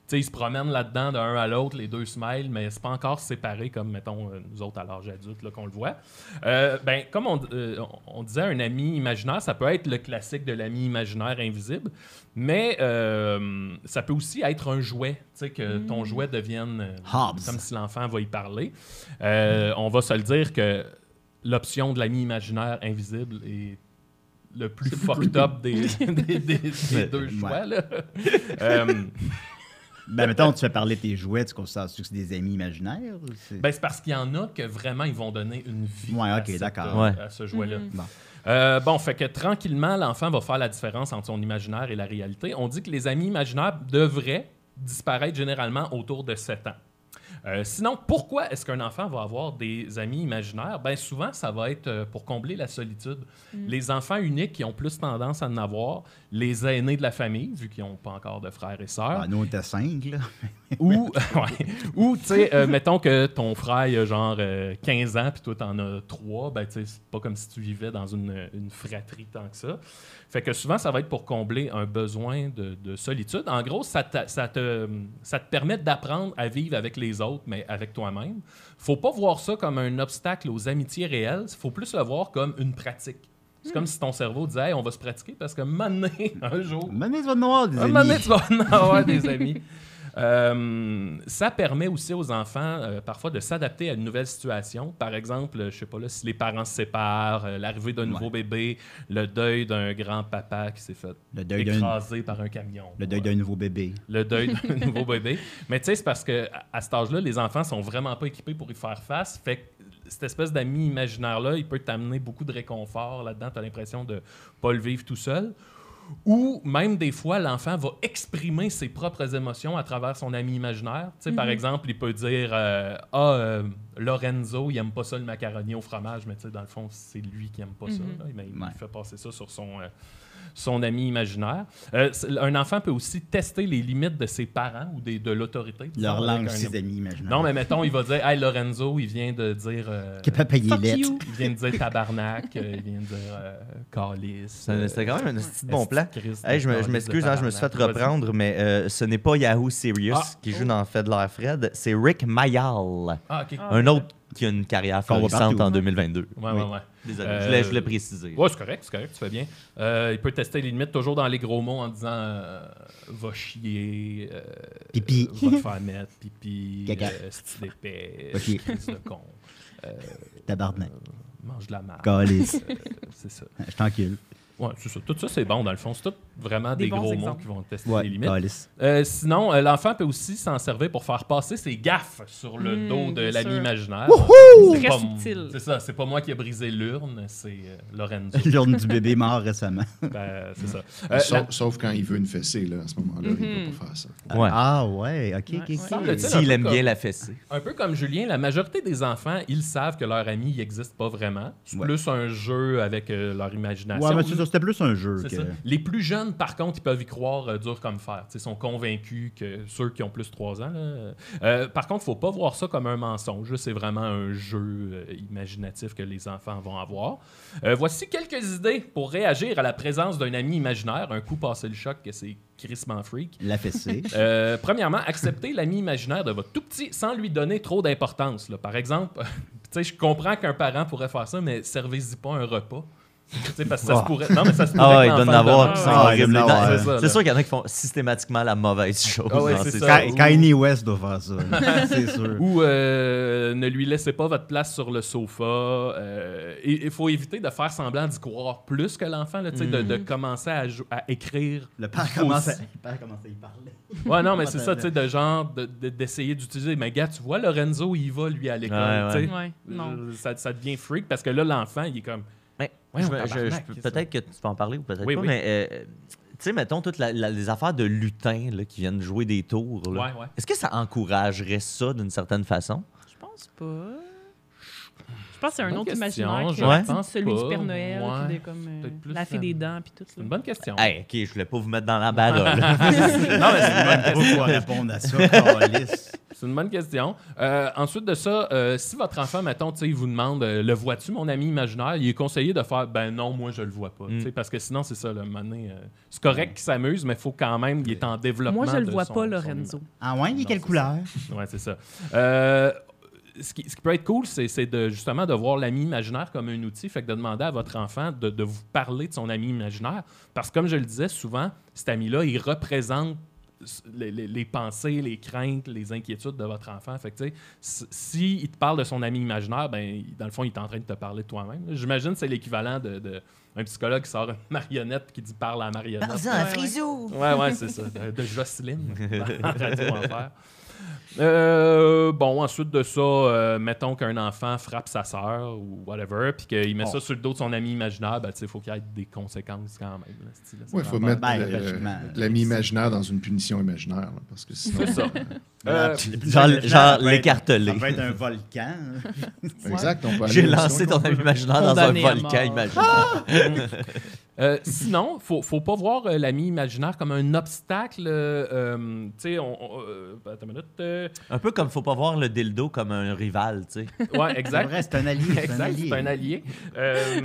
E: Tu sais, il se promène là-dedans d'un à l'autre, les deux se mêlent, mais c'est pas encore séparé comme, mettons, euh, nous autres à l'âge adulte là, qu'on le voit. Euh, ben, comme on, euh, on- on disait, un ami imaginaire, ça peut être le classique de l'ami imaginaire invisible, mais euh, ça peut aussi être un jouet. Tu sais, que ton jouet devienne. euh,
A: Hobbs.
E: Comme si l'enfant va y parler. Euh, on va se le dire que l'option de l'ami imaginaire invisible est le plus fucked up des, des- des- des deux
A: Ouais.
E: choix. là. Euh,
A: Ben, mettons, tu fais parler tes jouets, tu considères-tu que c'est des amis imaginaires? ou c'est-
E: Ben, c'est parce qu'il y en a que vraiment ils vont donner une vie
A: Ouais,
E: à
A: ok,
E: cette,
A: d'accord. Mm.
E: euh,
G: Ouais.
E: à ce jouet-là.
A: Bon.
E: Euh, bon, fait que tranquillement, l'enfant va faire la différence entre son imaginaire et la réalité. On dit que les amis imaginaires devraient disparaître généralement autour de 7 ans. Euh, sinon, pourquoi est-ce qu'un enfant va avoir des amis imaginaires? Bien, souvent, ça va être euh, pour combler la solitude. Les enfants uniques qui ont plus tendance à en avoir, les aînés de la famille, vu qu'ils n'ont pas encore de frères et sœurs,
A: Ah, nous, on était cinq, là.
E: ou, ouais. ou tu sais, euh, mettons que ton frère, il a genre euh, 15 ans, puis toi, t'en as 3, ben, tu sais, c'est pas comme si tu vivais dans une, une fratrie tant que ça. Fait que souvent, ça va être pour combler un besoin de, de solitude. En gros, ça, t'a- ça, te, ça te permet d'apprendre à vivre avec les autres, mais avec toi-même. Faut pas voir ça comme un obstacle aux amitiés réelles. Faut plus le voir comme une pratique. C'est comme si ton cerveau disait, Hey, on va se pratiquer parce que maintenant, un jour,
A: Menez votre noir, des
E: un
A: amis.
E: moment donné, tu vas en avoir des amis. Euh, ça permet aussi aux enfants euh, parfois de s'adapter à une nouvelle situation. Par exemple, euh, je sais pas là, si les parents se séparent, euh, l'arrivée d'un nouveau bébé, le deuil d'un grand-papa qui s'est fait
A: Le deuil d'un-
E: écraser par un camion.
A: Le deuil d'un nouveau bébé.
E: Le deuil d'un nouveau bébé. Mais tu sais, c'est parce que à- à cet âge-là, les enfants sont vraiment pas équipés pour y faire face. Fait que cette espèce d'ami imaginaire-là, il peut t'amener beaucoup de réconfort là-dedans. Tu as l'impression de pas le vivre tout seul. Ou même des fois, l'enfant va exprimer ses propres émotions à travers son ami imaginaire. Tu sais, Par exemple, il peut dire euh, Ah, euh, Lorenzo, il aime pas ça le macaroni au fromage, mais tu sais, dans le fond, c'est lui qui aime pas ça. là. Mais il
A: Ouais.
E: fait passer ça sur son, euh, son ami imaginaire. Euh, c'est- un enfant peut aussi tester les limites de ses parents ou des- de l'autorité. disons,
A: Leur
E: avec
A: langue,
E: un-
A: ses amis imaginaires.
E: Non, mais mettons, il va dire Hey, Lorenzo, il vient de dire. euh,
A: Qui peut payer
D: Fuck
A: lettre.
D: you.
E: il vient de dire tabarnak, euh, il vient de dire euh, calice. euh,
G: Ça- C'était quand même un petit bon plan.
E: Christ de
G: Hey, je me- je
E: calice de
G: m'excuse, hein, je me suis fait
E: tabarnak. Vas-y.
G: reprendre, mais euh, ce n'est pas Yahoo Serious
E: Ah.
G: qui joue dans Fait de l'air Fred, c'est Rick Mayall,
E: Ah, ok.
D: Ah.
G: un autre qui a une carrière
A: Qu'on voit
G: florissante
A: partout.
G: en 2022.
E: Ouais,
G: Oui.
E: ouais, ouais.
G: Désolé,
E: Euh,
G: je voulais- je voulais préciser.
E: Ouais, c'est correct, c'est correct, tu fais bien. Euh, il peut tester les limites toujours dans les gros mots en disant euh, va chier, euh,
A: Pipi.
E: va te faire mettre, pipi,
A: Caca.
E: euh, style épais,
A: Ok.
E: crise de con,
A: Tabarnak.
E: mange de la merde.
A: Calice.
E: Euh, c'est ça.
A: Je t'encule.
E: Ouais, c'est ça. Tout ça, c'est bon dans le fond. C'est tout vraiment des,
D: Des bons
E: gros mots
D: exemples.
E: qui vont tester les
A: Ouais,
E: limites.
A: calice.
E: Euh, sinon, euh, l'enfant peut aussi s'en servir pour faire passer ses gaffes sur le
D: Mm,
E: dos de
D: bien
E: l'ami
D: sûr.
E: imaginaire.
D: Très
E: pas-
D: subtil.
E: C'est ça, c'est pas moi qui ai brisé l'urne, c'est euh, Lorenzo.
A: L'urne du bébé mort récemment.
E: Ben, c'est ça. Euh,
F: sauf,
E: la-
F: sauf quand il veut une fessée, là, à ce moment-là, il ne peut pas faire ça.
G: Ouais.
A: Ah ouais, ok,
D: Ouais,
A: ok, ok.
E: semble-t-il un
G: S'il
E: peu
G: aime
E: comme-
G: bien la fessée.
E: Un peu comme Julien, la majorité des enfants, ils savent que leur ami n'existe pas vraiment. C'est
A: Ouais.
E: plus un jeu avec euh, leur imagination.
A: Ouais, mais c'est ça, c'était plus un jeu.
E: C'est
A: que-
E: ça. Les plus jeunes, par contre, ils peuvent y croire euh, dur comme fer. T'sais, Ils sont convaincus que ceux qui ont plus de 3 ans. là, euh, par contre, il ne faut pas voir ça comme un mensonge. C'est vraiment un jeu euh, imaginatif que les enfants vont avoir. Euh, voici quelques idées pour réagir à la présence d'un ami imaginaire. Un coup passé le choc que c'est crissement freak.
A: La fessée.
E: Euh, premièrement, acceptez l'ami imaginaire de votre tout petit sans lui donner trop d'importance. là. Par exemple, tu sais, je comprends qu'un parent pourrait faire ça, mais servez-y pas un repas. Tu sais, parce que ça se
G: Ah.
E: pourrait. Non, mais ça se pourrait.
G: Ah ouais,
E: que
G: il donne
E: l'enfant
G: d'avoir
E: demande.
G: qui
A: Ah
G: sont
A: ouais,
G: horribles.
A: il donne d'avoir,
G: C'est-
A: c'est
E: ça, là.
G: C'est sûr qu'il y en a qui font systématiquement la mauvaise chose
E: Ah ouais,
G: dans
E: c'est
G: ces
E: ça.
G: cas.
A: Ka- Kanye West doit faire ça. c'est sûr.
E: Ou euh, ne lui laissez pas votre place sur le sofa. Euh, et- Il faut éviter de faire semblant d'y croire plus que l'enfant, là, tu sais, de, de
G: Mm-hmm.
E: commencer à, jou- à écrire.
A: Le père commence à, le père commence à y parler.
E: Ouais, non, mais c'est ça, tu sais, de genre de- de- d'essayer d'utiliser. Mais gars, tu vois, Lorenzo, il va, lui, à l'école.
G: Ouais, ouais.
E: tu sais.
D: Ouais, non.
E: Euh, Ça, ça devient freak parce que là, l'enfant, il est comme.
G: Ouais,
E: Voyons,
G: je me- je-
E: tabarnak,
G: je-
E: qu'est-ce
G: peut-être que tu peux en parler ou peut-être
E: Oui,
G: pas,
E: oui.
G: mais euh, tu sais, mettons, toutes la- la- les affaires de lutins là, qui viennent jouer des tours. là.
E: Ouais, ouais.
G: Est-ce que ça encouragerait ça d'une certaine façon?
D: Je pense pas. Je pense que c'est un
E: Bonne
D: autre
E: question,
D: imaginaire qui
E: je
D: est parti de
E: pense
D: celui
E: pas.
D: du Père Noël,
E: Ouais.
D: puis de comme euh,
E: Peut-être plus
D: la fée
E: la-
D: des dents, puis tout.
E: C'est une
D: là.
E: bonne question.
G: Hey, ok, je voulais pas vous mettre dans la barre. là.
A: Non, mais c'est une bonne question. répondre à ça, calice.
E: C'est une bonne question. Euh, ensuite de ça, euh, si votre enfant, mettons, tu sais, il vous demande euh, Le vois-tu, mon ami imaginaire Il est conseillé de faire Ben non, moi, je le vois pas.
G: Mm.
E: Tu sais, Parce que sinon, c'est ça, le mané. euh, c'est correct qu'il s'amuse, mais il faut quand même, il est en développement.
D: Moi, je le
E: de
D: vois
E: son-
D: pas,
E: son
D: Lorenzo.
A: Ah ouais, il est
E: Non,
A: quelle
E: c'est
A: couleur?
E: Ouais, c'est ça. Euh, ce, qui, ce qui peut être cool, c'est c'est de, justement de voir l'ami imaginaire comme un outil, fait que de demander à votre enfant de, de vous parler de son ami imaginaire. Parce que, comme je le disais souvent, cet ami-là, il représente s- les, les- les pensées, les craintes, les inquiétudes de votre enfant. Fait que, tu sais, s- si il te parle de son ami imaginaire, ben, il- dans le fond, il est en train de te parler de toi-même. là. J'imagine que c'est l'équivalent de, de un psychologue qui sort une marionnette puis qui dit parle à la marionnette.
D: à
E: Ouais, ouais, c'est ça. De, de Jocelyne. en radio enfer. Euh, bon, ensuite de ça, euh, mettons qu'un enfant frappe sa sœur ou whatever, puis qu'il met ça sur le dos de son ami imaginaire, ben, tu sais, faut qu'il y ait des conséquences quand même. là, c'est-tu, là, c'est
F: Ouais, il faut
E: vraiment-
F: mettre
A: Ben,
F: le-
A: logiquement.
F: l'ami imaginaire dans une punition imaginaire, là, parce que sinon.
E: C'est ça.
A: Euh,
G: Genre,
A: ça peut
G: genre
A: être-
G: l'écartelé.
A: Ça peut être un volcan. hein.
F: Exact, on peut aller
G: J'ai
F: aussi loin
G: lancé
F: qu'on
G: ton
F: peut.
G: ami imaginaire dans un
D: Condamné à
G: volcan
D: mort.
G: imaginaire.
E: Euh, sinon, faut, faut pas voir euh, l'ami imaginaire comme un obstacle. euh, euh, tu sais, on. on- euh, attends une minute. euh,
G: Un peu comme faut pas voir le dildo comme un rival, tu sais.
E: ouais,
A: C'est
E: exact.
A: vrai, c'est un allié. C'est un
E: Exact,
A: allié.
E: c'est un allié. Euh,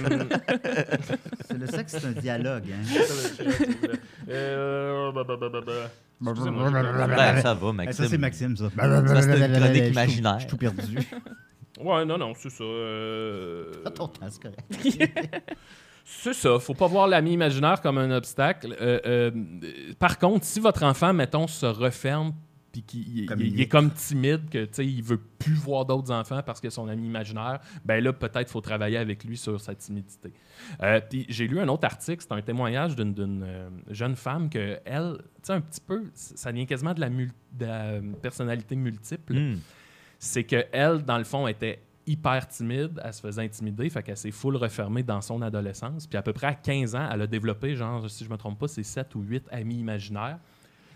A: C'est le sexe, c'est un dialogue. hein.
E: Euh, bah, bah, bah, bah, bah. Excusez-moi, je-
G: Ouais, Ah, ça va,
A: Eh,
G: Maxime.
A: Ça, c'est Maxime, ça.
G: Ça, c'est une chronique
A: Je suis-
G: imaginaire.
A: Je suis tout perdu.
E: Ouais, non, non, c'est ça. euh,
A: Ah, Ton temps, c'est correct.
E: C'est ça. Faut pas voir l'ami imaginaire comme un obstacle. Euh, euh, par contre, si votre enfant, mettons, se referme puis qu'il il- il- il est
A: Communique.
E: comme timide, que tu sais, il veut plus voir d'autres enfants parce que son ami imaginaire, ben là, peut-être faut travailler avec lui sur sa timidité. Euh, puis j'ai lu un autre article, c'est un témoignage d'une- d'une euh, jeune femme que elle, tu sais, un petit peu, ça vient quasiment de la, mul- de la euh, personnalité multiple.
G: Hmm.
E: c'est que elle, dans le fond, était hyper timide, elle se faisait intimider, fait qu'elle s'est full refermée dans son adolescence. Puis à peu près à 15 ans, elle a développé, genre, si je me trompe pas, ses 7 ou 8 amis imaginaires.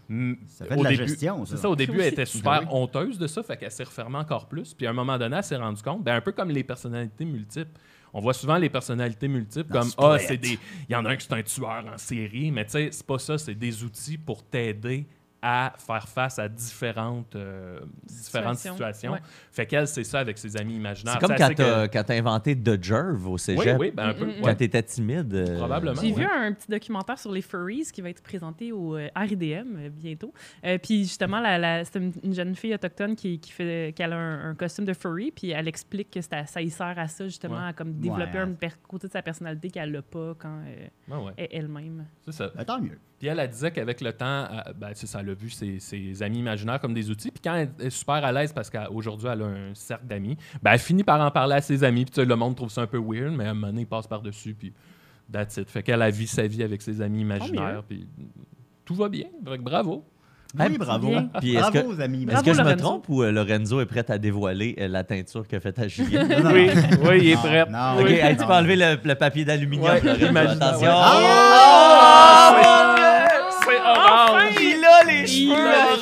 E: Mm,
A: Ça fait de la
E: début-
A: gestion, ça.
E: C'est ça, au début, elle était super
F: Ben
E: honteuse de ça, fait qu'elle s'est refermée encore plus. Puis à un moment donné, elle s'est rendue compte, ben, un peu comme les personnalités multiples. On voit souvent les personnalités multiples comme Ah, c'est des. Il y en a un qui est un tueur en série, mais tu sais, c'est pas ça, c'est des outils pour t'aider à faire face à différentes, euh, différentes
D: Situations,
E: situations.
D: ouais.
E: Fait qu'elle, c'est ça avec ses amis imaginaires.
G: C'est comme
E: Tu sais,
G: quand
E: elle
G: t'as
E: sait
G: quand t'as inventé The Jerve au
E: que-
G: cégep.
E: Oui, oui, ben un peu.
D: Mm, mm,
E: ouais.
G: Quand t'étais timide. euh,
E: Probablement.
D: J'ai
E: Ouais.
D: vu un petit documentaire sur les furries qui va être présenté au euh, RIDM euh, bientôt. Euh, puis justement, la, la- c'est une, une jeune fille autochtone qui, qui fait, qui a un, un costume de furry, puis elle explique que ça, ça y sert à ça, justement,
E: Ouais.
D: à comme développer
A: Ouais.
D: un per- côté de sa personnalité qu'elle n'a pas quand euh,
E: Ouais, ouais,
D: elle est elle-même.
E: c'est ça.
A: Ben, Tant mieux.
E: Puis elle, elle disait qu'avec le temps, elle- ben, c'est ça, elle a vu ses, ses amis imaginaires comme des outils. Puis quand elle est super à l'aise parce qu'aujourd'hui, elle a un cercle d'amis, ben, elle finit par en parler à ses amis. Puis tu sais, le monde trouve ça un peu weird, mais à un moment donné, il passe par-dessus. Puis that's it. Fait qu'elle a vu sa vie avec ses amis imaginaires. Puis tout va bien. Fait que bravo.
A: Oui, bravo.
D: bien.
G: Puis est-ce que-
A: Bravo, aux amis.
G: Est-ce
D: Bravo,
G: que je me
D: Lorenzo.
G: trompe ou euh, Lorenzo est prêt à dévoiler euh, la teinture que fait à Julien?
A: Non, non, non.
E: oui, il est
A: Non,
E: prêt.
A: non.
G: Ok,
A: Oui.
G: hey, tu peux enlever le, le papier d'aluminium,
E: Ouais,
G: Lorenzo,
E: j'imagine,
G: attention.
E: ouais.
A: Ah!
E: C'est orange!
G: Oh, Il a les
E: Il a les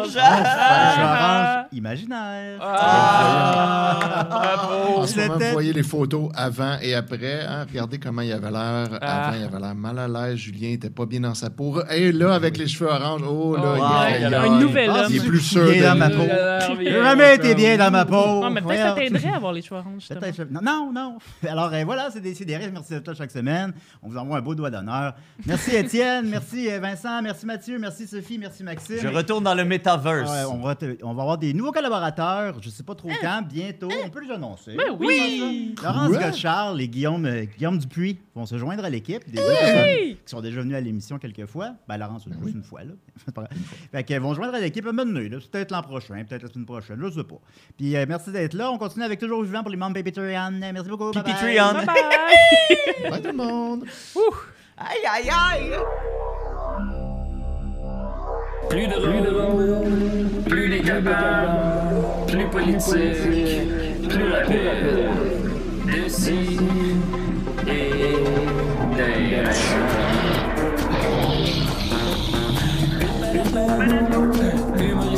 A: Ah!
E: cheveux
A: Orange Ah! imaginaire.
E: Ah! Bravo!
F: En ce moment,
A: C'était-
F: vous voyez les photos avant et après. hein, regardez comment il avait l'air.
E: Ah.
F: Avant, il avait l'air mal à l'aise. Julien était pas bien dans sa peau. Et là, avec les cheveux oranges, oh
E: Oh,
F: là, il, est,
E: ouais,
F: il est-
E: un
F: il est-
D: nouvel
F: il est
D: homme.
F: plus sûr.
A: Bien
F: de
A: Ah! dans
F: lui.
A: ma peau.
E: Euh,
A: J'ai jamais été bien dans ma peau.
D: Non, mais peut-être ça
A: Voyons.
D: t'aiderait à avoir les cheveux oranges. justement.
A: Peut-être je- Non, non, non. Alors euh, voilà, c'est Décidéré. Merci d'être là chaque semaine. On vous envoie un beau doigt d'honneur. Merci Étienne, merci euh, Vincent, merci Mathieu, merci Sophie, merci Maxime.
G: Je retourne dans le metaverse.
A: Ouais, on, va te- on va avoir des nouveaux collaborateurs, je sais pas trop quand, bientôt. On peut les annoncer.
D: Hein? Ben oui!
A: Laurence
F: Quoi?
A: Gochard et Guillaume, euh, Guillaume Dupuis vont se joindre à l'équipe. Des deux personnes qui sont déjà venus à l'émission quelques fois. Ben, Laurence, juste une fois. Là. C'est pas grave. fait qu'ils vont se joindre à l'équipe à un moment donné, là. C'est Peut-être l'an prochain, peut-être la semaine prochaine, je sais pas. Puis euh, merci d'être là. On continue avec Toujours Vivant pour les membres Baby Patreon. Merci beaucoup. bye bye.
G: Patreon.
D: Bye bye!
F: Bye tout le monde.
G: Aïe, aïe, aïe!
I: Plus de rôle, plus décapable, plus politique, plus rapide. D'ici et d'ailleurs.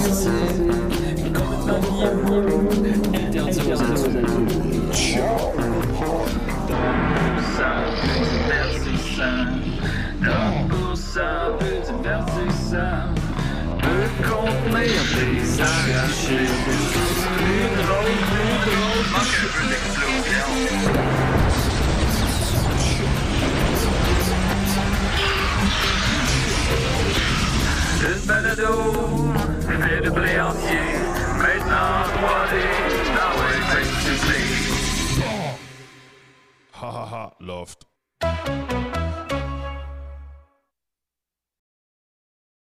I: Humoristique, complètement vieux, interdit aux adultes.
C: Donc pour ça, peu divertissant, peut contenir des arrachés. Plus drôle, plus drôle, manque un peu d'explosion. Une balado, fait de blé entier, maintenant 3D, dans l'électricité.
H: Ha ha ha, loft.